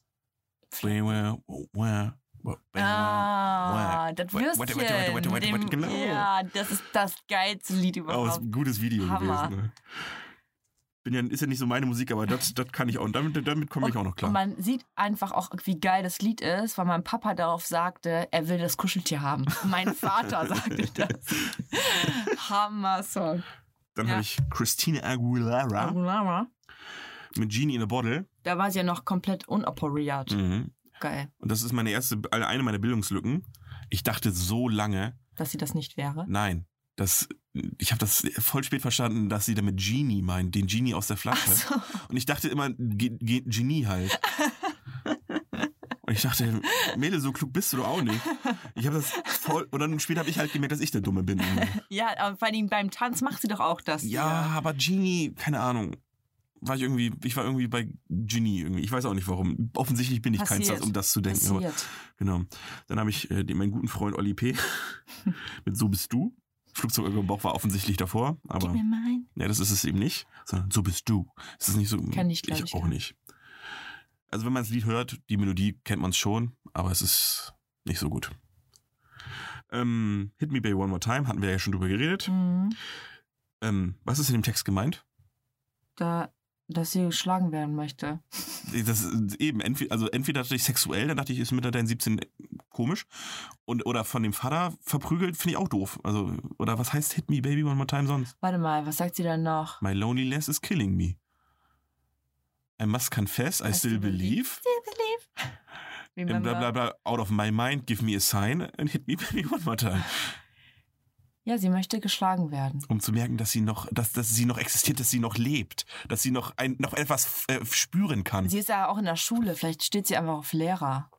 Beware, beware, beware. ah wait, wait, das wait, wait, Würstchen. wait, wait, wait, dem- wait, genau. Ja, das ist das geilste Lied Oh, ist überhaupt. ein gutes Video Hammer. gewesen. Ne? Bin ja, ist ja nicht so meine Musik, aber das, das kann ich auch. Und damit, damit komme ich auch noch Und klar. man sieht einfach auch, wie geil das Lied ist, weil mein Papa darauf sagte, er will das Kuscheltier haben. Mein [LAUGHS] Vater sagte das. Hammer-Song. Dann ja. habe ich Christina Aguilera mit Genie in a Bottle. Da war sie ja noch komplett unoperiert. Mhm. Geil, Und das ist meine erste, eine meiner Bildungslücken. Ich dachte so lange, dass sie das nicht wäre. nein, das, ich habe das voll spät verstanden, dass sie damit Genie meint, den Genie aus der Ach Flasche. so. Und ich dachte immer, Ge Ge Genie halt. [LAUGHS] Und ich dachte, Mädel, so klug bist du doch auch nicht. Ich habe das voll, und dann später habe ich halt gemerkt, dass ich der Dumme [LAUGHS] bin. Ja, aber vor allem beim Tanz macht sie doch auch das. Ja, aber Genie, keine Ahnung. war ich irgendwie, ich war irgendwie bei Genie irgendwie. Ich weiß auch nicht warum. Offensichtlich bin ich Passiert. keins, um das zu denken. Aber, Passiert. genau. Dann habe ich äh, den, meinen guten Freund Olli P. [LAUGHS] mit So bist du. Flugzeug über dem Bauch war offensichtlich davor, Gib aber mir mein. ja, das ist es eben nicht, sondern so bist du. Es ist nicht so. Kenn ich, glaub ich ich, auch gar nicht. Also wenn man das Lied hört, die Melodie kennt man es schon, aber es ist nicht so gut. Ähm, Hit Me Baby One More Time hatten wir ja schon drüber geredet. Mhm. Ähm, was ist in dem Text gemeint? Da, dass sie geschlagen werden möchte. Das ist eben, entweder, also entweder dachte ich sexuell, dann dachte ich, ist mit deinen 17 komisch. Und, oder von dem Vater verprügelt, finde ich auch doof. Also, oder was heißt Hit Me Baby One More Time sonst? Warte mal, was sagt sie dann noch? My loneliness is killing me. I must confess, I, still believe. Still believe. And bla bla Remember. bla, out of my mind, give me a sign and hit me [LAUGHS] baby one more time. Ja, sie möchte geschlagen werden. Um zu merken, dass sie noch, dass, dass sie noch existiert, dass sie noch lebt, dass sie noch, ein, noch etwas äh, spüren kann. Sie ist ja auch in der Schule, vielleicht steht sie einfach auf Lehrer.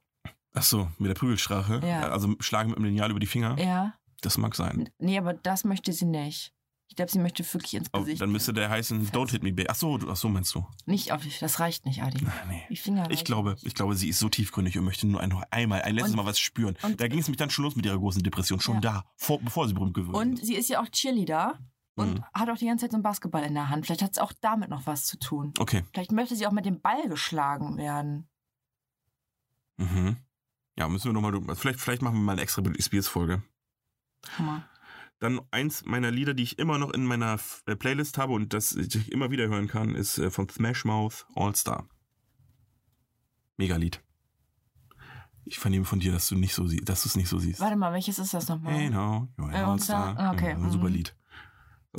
Ach so, mit der Prügelstrache. Ja. Also schlagen mit dem Lineal über die Finger. Ja? Das mag sein. Nee, aber das möchte sie nicht. Ich glaube, sie möchte wirklich ins Aber Gesicht. Oh, dann müsste der heißen Don't hit me baby. Ach so, du- ach so meinst du? nicht auf das reicht nicht, Adi. Ah, nee. Die Finger Ich reichen glaube, nicht. ich glaube, sie ist so tiefgründig und möchte nur ein, noch einmal, ein letztes Und- Mal was spüren. und- da ging es mich dann schon los mit ihrer großen Depression, schon Ja. da, vor, bevor sie berühmt geworden Und ist. sie ist ja auch Cheerleader und Mhm. hat auch die ganze Zeit so einen Basketball in der Hand. Vielleicht hat es auch damit noch was zu tun. Okay. Vielleicht möchte sie auch mit dem Ball geschlagen werden. Mhm. Ja, müssen wir nochmal. also Vielleicht, vielleicht machen wir mal eine extra Britney Spears-Folge. Hammer. Dann eins meiner Lieder, die ich immer noch in meiner F- äh, Playlist habe und das ich immer wieder hören kann, ist äh, von Smash Mouth All Star. Megalied. Ich vernehme von dir, dass du nicht so sie dass du es nicht so siehst. Warte mal, welches ist das nochmal? Hey now, you're an Äh, All All-Star? Star. Ah, okay, ein super mhm. Lied.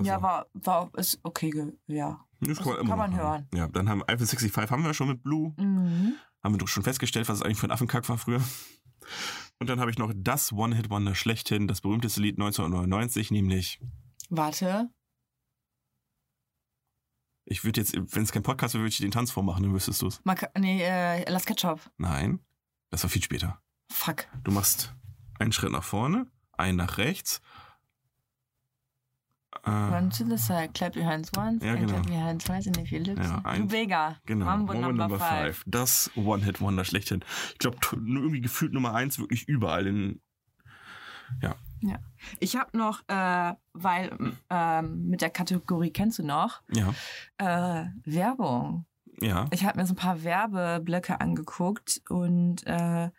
Ja, Also, war, war ist okay, ge- ja. das also kann noch man hören. Ja, dann haben Alpha 65 haben wir schon mit Blue. Mhm. Haben wir doch schon festgestellt, was es eigentlich für ein Affenkack war früher. Und dann habe ich noch das One-Hit-Wonder schlechthin, das berühmteste Lied 1999, nämlich Warte. Ich würde jetzt, wenn es kein Podcast wäre, würde ich dir den Tanz vormachen, dann wüsstest du es. Maka nee, äh, Las Ketchup. Nein, das war viel später. Fuck. Du machst einen Schritt nach vorne, einen nach rechts. Äh, Run to the side, äh, clap your hands once, Ah. Ja, and genau. clap your hands twice, and if your lips. Ja, ein- du Vega. genau, Mambo Moment number, five. Das One-Hit-Wonder schlechthin. Ich glaube, irgendwie gefühlt Nummer eins wirklich überall in. Ich habe noch, äh, weil ähm, mit der Kategorie kennst du noch, Ja, äh, Werbung. ja. Ich habe mir so ein paar Werbeblöcke angeguckt und äh,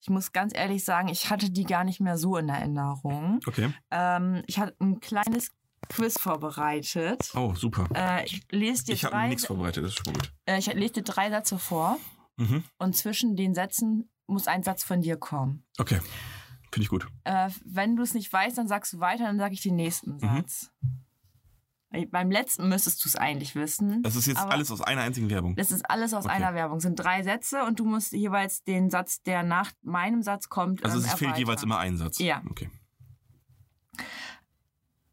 ich muss ganz ehrlich sagen, ich hatte die gar nicht mehr so in Erinnerung. Okay. Ähm, ich hatte ein kleines Quiz vorbereitet. Oh, super. Äh, ich lese dir Ich habe drei, nichts vorbereitet, das ist schon gut. äh, ich lese dir drei Sätze vor Mhm. und zwischen den Sätzen muss ein Satz von dir kommen. Okay. Finde ich gut. Äh, wenn du es nicht weißt, dann sagst du weiter, dann sage ich den Mhm. nächsten Satz. Weil Beim letzten müsstest du es eigentlich wissen. Das ist jetzt Aber- alles aus einer einzigen Werbung. Das ist alles aus Also Okay. einer Werbung. Es sind drei Sätze und du musst jeweils den Satz, der nach meinem Satz kommt, Also ähm, es fehlt erweitern. jeweils immer ein Satz. Ja. Okay.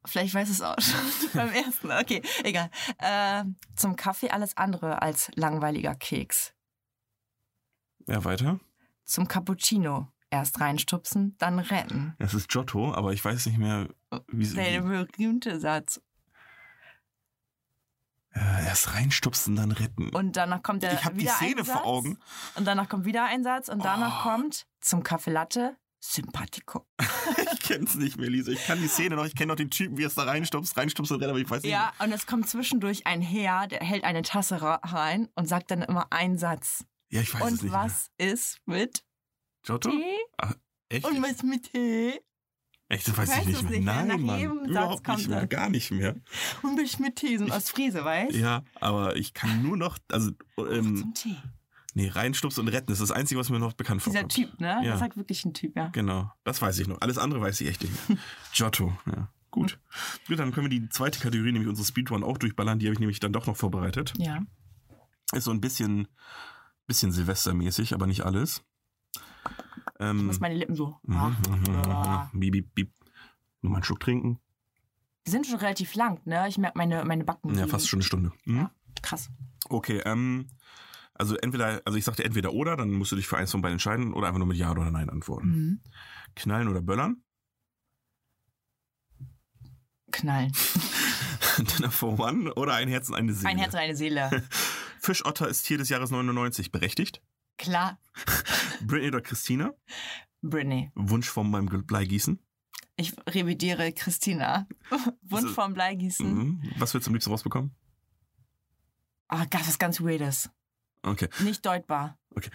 Vielleicht weiß es auch schon [LAUGHS] beim ersten. Okay, egal. Äh, zum Kaffee alles andere als langweiliger Keks. Ja, weiter. Zum Cappuccino erst reinstupsen, dann retten. Es ist Giotto, aber ich weiß nicht mehr, wie Der berühmte Satz. Äh, erst reinstupsen, dann retten. Und danach kommt der ich habe die wieder Szene ein Satz. vor Augen. Und danach kommt wieder ein Satz und Oh. danach kommt zum Kaffee Latte Sympathico. [LAUGHS] Ich kenn's nicht mehr, Lisa. Ich kann die Szene noch. Ich kenne noch den Typen, wie er es da reinstupst, reinstupst und rennt, aber ich weiß nicht. Ja, und es kommt zwischendurch ein Herr, der hält eine Tasse ra- rein und sagt dann immer einen Satz. mehr. Ja, ich weiß es und nicht mehr. was ist mit Giotto? Tee? Echt? Und was mit Tee? Echt, das weiß Weißt ich du nicht es mehr. nicht mehr? Nein, Nach Mann. jedem Satz Überhaupt kommt nicht mehr. das. Gar nicht mehr. Und was mit Tee? So ein Ich- aus Friese, weißt du? Ja, aber ich kann nur noch, also, ähm, Zum Tee. nee, reinstupsen und retten. Das ist das Einzige, was mir noch bekannt Dieser vorkommt. Typ, ne? Ja. Das sagt wirklich ein Typ, ja. Genau, das weiß ich noch. Alles andere weiß ich echt nicht [LAUGHS] mehr. Giotto, ja. Gut. Gut, dann können wir die zweite Kategorie, nämlich unsere Speedrun, auch durchballern. Die habe ich nämlich dann doch noch vorbereitet. Ja. Ist so ein bisschen, bisschen Silvestermäßig, aber nicht alles. Ich Ähm, muss meine Lippen so. mhm, mhm, Ah. mhm. Bieb, bieb, bieb. Nur mal einen Schluck trinken. Die sind schon relativ lang, ne? Ich merke meine, meine Backen. Ja, die- fast schon eine Stunde. Mhm. Ja. Krass. Okay, ähm, also entweder, also ich sagte entweder oder, dann musst du dich für eins von beiden entscheiden oder einfach nur mit Ja oder Nein antworten. Mhm. Knallen oder Böllern? Knallen. [LAUGHS] Dinner for One oder ein Herz und eine Seele. Ein Herz und eine Seele. [LAUGHS] Fischotter ist Tier des Jahres 99. Berechtigt. Klar, Britney oder Christina? Britney. Wunsch vom beim Gl- Bleigießen. Ich revidiere Christina. [LAUGHS] Wunsch Also- vom Bleigießen. Mhm. Was willst du am liebsten rausbekommen? Ah, Gott, was ganz Weirdes. Okay. Nicht deutbar. okay.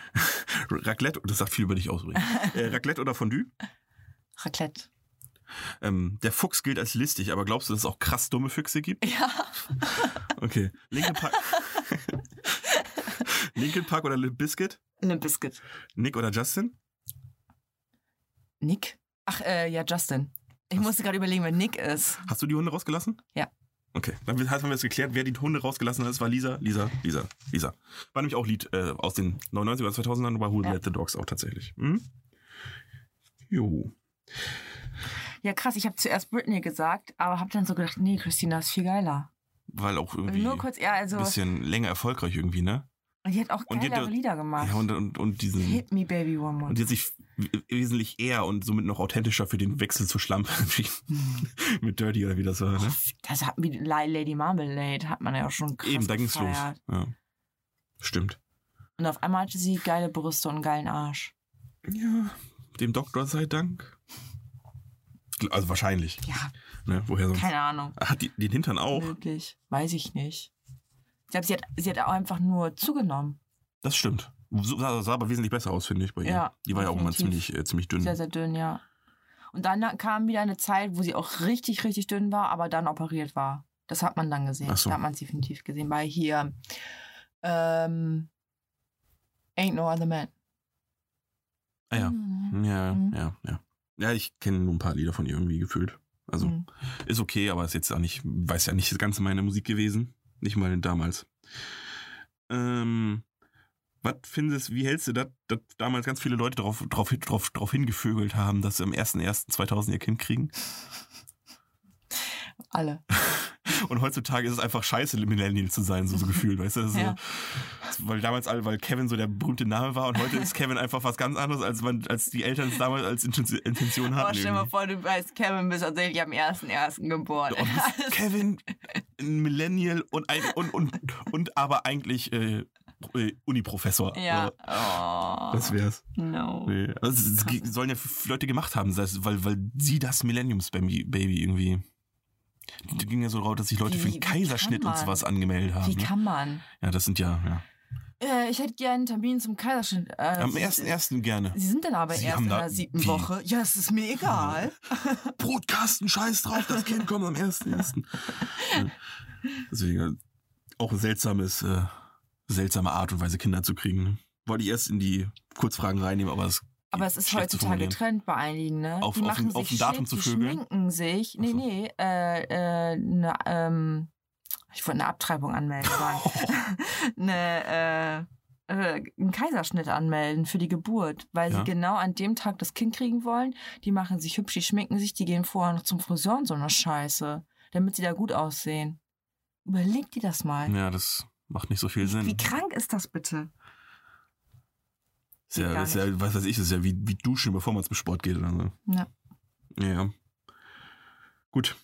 Raclette, das sagt viel über dich aus [LAUGHS] übrigens. äh, Raclette oder Fondue? Raclette. [LAUGHS] Ähm, der Fuchs gilt als listig, aber glaubst du, dass es auch krass dumme Füchse gibt? Ja. Okay. Linkin Park. [LAUGHS] Linkin Park oder Limp Biscuit? Ne Biscuit. Nick oder Justin? Nick? Ach, äh, ja, Justin. Ich musste gerade überlegen, wer Nick ist. Hast du die Hunde rausgelassen? Ja. Okay, dann heißt, haben wir jetzt geklärt, wer die Hunde rausgelassen hat. Es war Lisa, Lisa, Lisa, Lisa. War nämlich auch Lied äh, aus den 99 oder 2000ern, war Who Ja. Let the Dogs auch tatsächlich. Hm? Jo. Ja, krass, ich habe zuerst Britney gesagt, aber habe dann so gedacht, nee, Christina ist viel geiler. Weil auch irgendwie Nur kurz, ja, also. ein bisschen länger erfolgreich irgendwie, ne? Und die hat auch Und die- geilere Lieder gemacht. Ja, und, und, und diesen. Hit me, baby, one more. Und die hat sich w- wesentlich eher und somit noch authentischer für den Wechsel zu Schlampe [LAUGHS] entschieden. Hm. Mit Dirty oder wie das war, ne? Das hat mit La- Lady Marmalade hat man ja auch schon krass Eben, da ging's los. gefeiert. Ja. Stimmt. Und auf einmal hatte sie geile Brüste und einen geilen Arsch. Ja, dem Doktor sei Dank. Gl- Also wahrscheinlich. Ja, Ne? Woher sonst? keine Ahnung. Hat die, den Hintern auch? Möglich. Weiß ich nicht. Ich glaube, sie hat, sie hat auch einfach nur zugenommen. Das stimmt. So- Sah, sah aber wesentlich besser aus, finde ich, bei ihr. Ja, die war ja auch mal definitiv. ziemlich, äh, ziemlich dünn. Sehr, sehr dünn, ja. Und dann kam wieder eine Zeit, wo sie auch richtig, richtig dünn war, aber dann operiert war. Das hat man dann gesehen. Ach so. Da hat man es definitiv gesehen. Bei hier ähm, Ain't No Other Man. ah, ja. Ja, Mhm. ja, ja. Ja, ich kenne nur ein paar Lieder von ihr irgendwie gefühlt. Also Mhm. ist okay, aber ist jetzt auch nicht, weiß ja nicht das Ganze meine Musik gewesen. Nicht mal damals. Ähm, was findest, wie hältst du das, dass damals ganz viele Leute darauf drauf, drauf, drauf hingevögelt haben, dass sie am 1.1.2000 ihr Kind kriegen? [LAUGHS] Alle. Und heutzutage ist es einfach scheiße, Millennial zu sein, so, so gefühlt, weißt du? So, Ja. Weil damals, alle- weil Kevin so der berühmte Name war und heute ist Kevin einfach was ganz anderes, als, man, als die Eltern es damals als Inten- Intention hatten. Boah, stell dir mal irgendwie. vor, du weißt, Kevin bist tatsächlich am 1.1. geboren. Und das ist Kevin, ein Millennial und, ein, und, und, und aber eigentlich äh, äh, Uniprofessor. [LAUGHS] [LAUGHS] ja. Also, Oh, Das wär's. no. Nee. Also, es ge- sollen ja f- Leute gemacht haben, das heißt, weil, weil sie das Millenniums-Baby Baby irgendwie. Da ging ja so drauf, dass sich Leute für Wie- wie einen kann Kaiserschnitt und man? sowas angemeldet haben. Wie ne? kann man? Ja, das sind ja. ja. Äh, ich hätte gerne einen Termin zum Kaiserschnitt. Äh, Am Sie- 1.1. gerne. Sie sind dann aber Sie erst haben in da- der siebten wie? Woche. Ja, es ist mir egal. Brotkasten, scheiß drauf, das Kind kommt am 1.1. Ja. Deswegen äh, auch ein seltsames, äh, seltsame Art und Weise, Kinder zu kriegen. ne? Wollte ich erst in die Kurzfragen reinnehmen, aber es. Aber es ist schlecht zu heutzutage formulieren. Trend bei einigen, ne? Auf- die auf machen ein- auf sich ein Datum schick, zu die vögeln? schminken sich. Nee, Ach so. nee, äh, äh, ne, ähm, ich wollte eine Abtreibung anmelden. [LAUGHS] sagen. [LAUGHS] ne, äh, äh, einen Kaiserschnitt anmelden für die Geburt, weil Ja. sie genau an dem Tag das Kind kriegen wollen. Die machen sich hübsch, die schminken sich, die gehen vorher noch zum Friseur und so eine Scheiße, damit sie da gut aussehen. Überleg dir das mal. Ja, das macht nicht so viel Sinn. Wie krank ist das bitte? Ist ja, Gar ist ja, was weiß ich, ist ja wie, wie duschen, bevor man zum Sport geht oder so. Ja. Ja. Gut.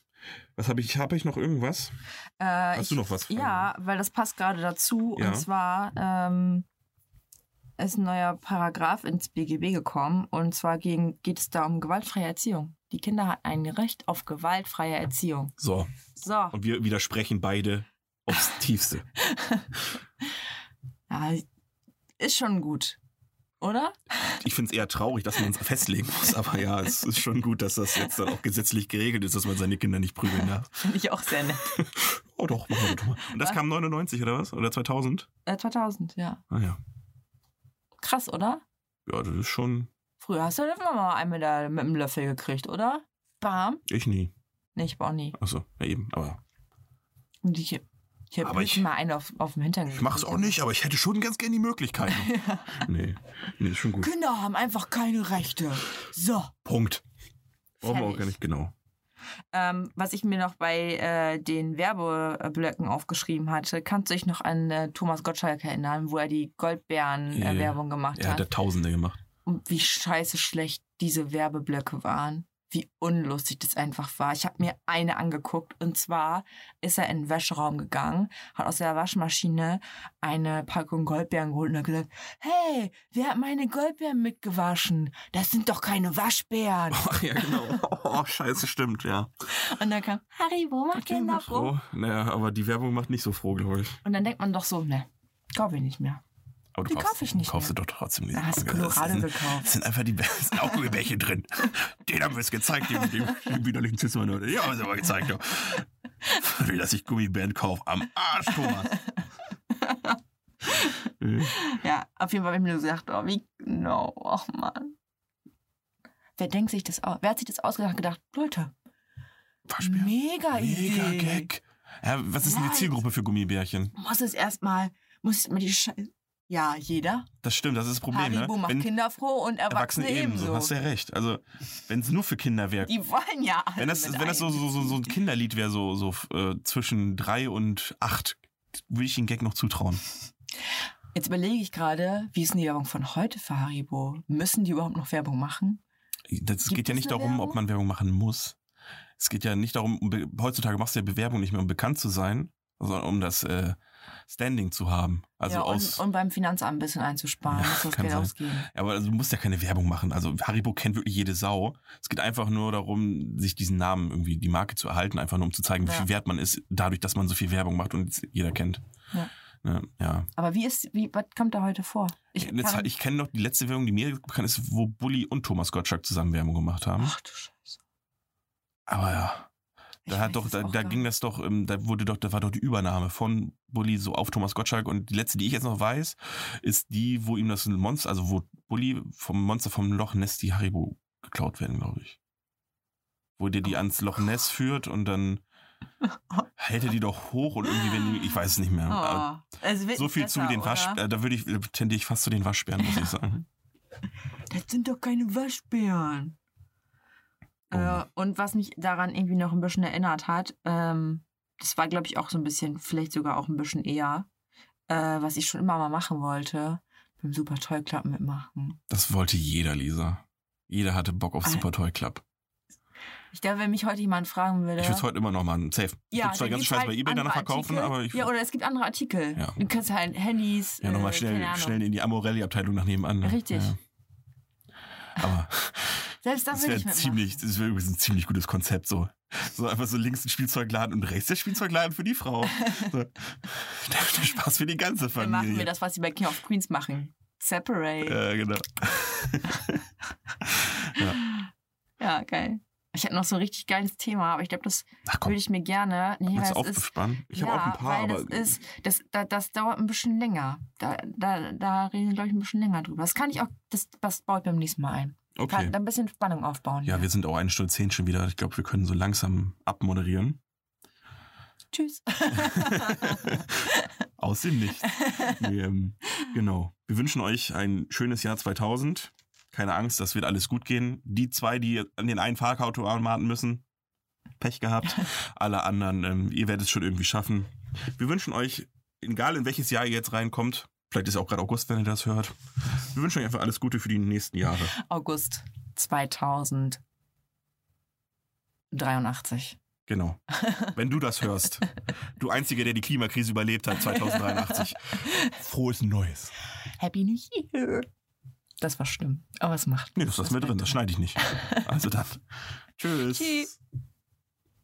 Was habe ich? Habe ich noch irgendwas? Äh, Hast ich du noch was? Ja, weil das passt gerade dazu. Ja. Und zwar ähm, ist ein neuer Paragraph ins BGB gekommen. Und zwar gegen, geht es da um gewaltfreie Erziehung. Die Kinder haben ein Recht auf gewaltfreie Erziehung. So. So, ja, Und wir widersprechen beide aufs Tiefste. ist schon gut, oder? [LAUGHS] Ich finde es eher traurig, dass man uns festlegen muss, aber ja, es ist schon gut, dass das jetzt dann auch gesetzlich geregelt ist, dass man seine Kinder nicht prügeln darf. Finde ich auch sehr nett. Oh doch, machen wir doch mal. Und das kam 99 oder was? Oder 2000? Äh, 2000, ja. Ah ja. Krass, oder? Ja, das ist schon. Früher hast du doch immer mal einen mit, der, mit dem Löffel gekriegt, oder? Bam. Ich nie. Nee, ich war auch nie. Achso, ja eben. Aber Und ich, ich habe Aber ich- mal einen auf, auf dem Hintern ich mach's auch nicht, aber ich hätte schon ganz gern die Möglichkeiten. [LAUGHS] Nee. Nee, ist schon gut. Kinder haben einfach keine Rechte. So. Punkt. Brauchen wir auch Fertig. gar nicht, genau. Ähm, was ich mir noch bei äh, den Werbeblöcken aufgeschrieben hatte, kannst du dich noch an äh, Thomas Gottschalk erinnern, wo er die Ja, ja. Goldbeeren-Werbung gemacht [LAUGHS] Er hat da hat? Tausende gemacht. Und wie scheiße schlecht diese Werbeblöcke waren. wie unlustig das einfach war. Ich habe mir eine angeguckt und zwar ist er in den Wäscheraum gegangen, hat aus der Waschmaschine eine Packung Goldbeeren geholt und hat gesagt, hey, wer hat meine Goldbeeren mitgewaschen? Das sind doch [LAUGHS] keine Waschbeeren. Ach ja, genau. Oh, scheiße, stimmt, ja. Und dann kam, Haribo macht Kinder froh. Naja, aber die Werbung macht nicht so froh, glaube ich. Und dann denkt man doch so, ne, kaufe ich nicht mehr. Aber Die kauf ich nicht Kaufst mehr. du doch trotzdem nicht. Da hast du Colorado gekauft. Es sind einfach die besten [LAUGHS] Alkoholbärchen drin. Den haben wir es gezeigt, dem, dem, dem widerlichen Zitzmann. oder? Ja, haben wir es aber gezeigt. Doch. Will, dass ich Gummibären kaufe. Am Arsch, Thomas. Äh, Ja, auf jeden Fall habe ich mir gesagt, oh, wie, no, ach Mann. Wer denkt sich das aus? Wer hat sich das ausgedacht und gedacht, Leute, Waschbär. mega Idee. Mega Gag. Ja, was ist denn die Nice. Zielgruppe für Gummibärchen? Muss es erstmal, muss ich mal die Scheiße. Ja, jeder. Das stimmt, das ist das Problem. Haribo ne? macht Wenn Kinder froh und Erwachsene, Erwachsene ebenso. ebenso. Hast du ja recht. Also, wenn es nur für Kinder wäre, Die wollen ja alle Wenn das, mit wenn das so, ein. so, so, so ein Kinderlied wäre, so, so äh, zwischen drei und acht, würde ich den Gag noch zutrauen. Jetzt überlege ich gerade, wie ist denn die Werbung von heute für Haribo? Müssen die überhaupt noch Werbung machen? Das Gibt geht ja es nicht eine darum, ob Werbung? man Werbung machen muss. Es geht ja nicht darum, um be- heutzutage machst du ja Bewerbung nicht mehr, um bekannt zu sein, sondern um das äh, Standing zu haben. Also ja, aus. und, um und beim Finanzamt ein bisschen einzusparen, Ja, dass das kann Geld sein. ausgeben. aber also, du musst ja keine Werbung machen. Also Haribo kennt wirklich jede Sau. Es geht einfach nur darum, sich diesen Namen irgendwie, die Marke zu erhalten, einfach nur um zu zeigen, wie Ja. viel wert man ist, dadurch, dass man so viel Werbung macht und es jeder kennt. Ja. Ne? ja. Aber wie ist, wie, was kommt da heute vor? Ich, ich kenne noch die letzte Werbung, die mir bekannt ist, wo Bully und Thomas Gottschalk zusammen Werbung gemacht haben. Ach du Scheiße. Aber ja, da Ich hat weiß doch, es da, auch da gar ging nicht. das doch, ähm, da wurde doch, da war doch die Übernahme von Bully so auf Thomas Gottschalk und die letzte, die ich jetzt noch weiß, ist die, wo ihm das Monster, also wo Bully vom Monster vom Loch Ness die Haribo geklaut werden, glaube ich. Wo der Oh die ans Loch Ness führt und [LAUGHS] dann hält er die doch hoch und irgendwie, wenn die, ich weiß es nicht mehr. Aber Oh, es wird äh, So nicht viel besser, zu den oder? Waschbären, da würde ich, äh, tendiere ich fast zu den Waschbären, [LAUGHS] muss ich sagen. Das sind doch keine Waschbären. Oh Äh, Mann. und was mich daran irgendwie noch ein bisschen erinnert hat, ähm, das war, glaube ich, auch so ein bisschen, vielleicht sogar auch ein bisschen eher, äh, was ich schon immer mal machen wollte, beim Super Toy Club mitmachen. Das wollte jeder, Lisa. Jeder hatte Bock auf Ah. Super Toy Club. Ich glaube, wenn mich heute jemand fragen würde. Ich würde es heute immer noch machen. Safe. Ich würde zwar da ganz gibt's scheiße bei halt Ebay danach andere verkaufen, Artikel. aber ich Ja, oder es gibt andere Artikel. Ja. Du kannst halt Handys. ja, nochmal äh, schnell, keine Ahnung. schnell in die Amorelli-Abteilung nach nebenan. ne? Richtig. Ja. Aber Selbst das das will wäre ich mitmachen. ziemlich, das wäre übrigens ein ziemlich gutes Konzept so. So einfach so links ein Spielzeugladen und rechts der Spielzeugladen für die Frau. [LAUGHS] So. Der, der Spaß für die ganze Dann Familie. machen wir das, was sie bei King of Queens machen. Separate. Ja, genau. Ja, geil. Ich hätte noch so ein richtig geiles Thema, aber ich glaube, das Ach komm, würde ich mir gerne. Nee, willst du weil es ist, aufspannen? Ich habe ja, auch ein paar, weil aber das ist, das, da, das dauert ein bisschen länger. Da, da, da reden wir, glaube ich, ein bisschen länger drüber. Das kann ich auch, das, das baut beim nächsten Mal ein. Kann okay. da ein bisschen Spannung aufbauen. Ja, wir sind auch eine Stunde zehn schon wieder. Ich glaube, wir können so langsam abmoderieren. Tschüss. [LAUGHS] Aus dem Nichts. Nee, ähm, genau. Wir wünschen euch ein schönes Jahr 2000. Keine Angst, das wird alles gut gehen. Die zwei, die an den einen Fahrkartautomaten müssen, Pech gehabt. Alle anderen, ähm, ihr werdet es schon irgendwie schaffen. Wir wünschen euch, egal in welches Jahr ihr jetzt reinkommt, vielleicht ist auch gerade August, wenn ihr das hört, wir wünschen euch einfach alles Gute für die nächsten Jahre. August 2083. Genau. Wenn du das hörst, du Einzige, der die Klimakrise überlebt hat 2083. Frohes Neues. Happy New Year. Das war schlimm, aber es macht. Nee, das ist das mit drin, das schneide ich nicht. Also dann. Tschüss. Tschüss.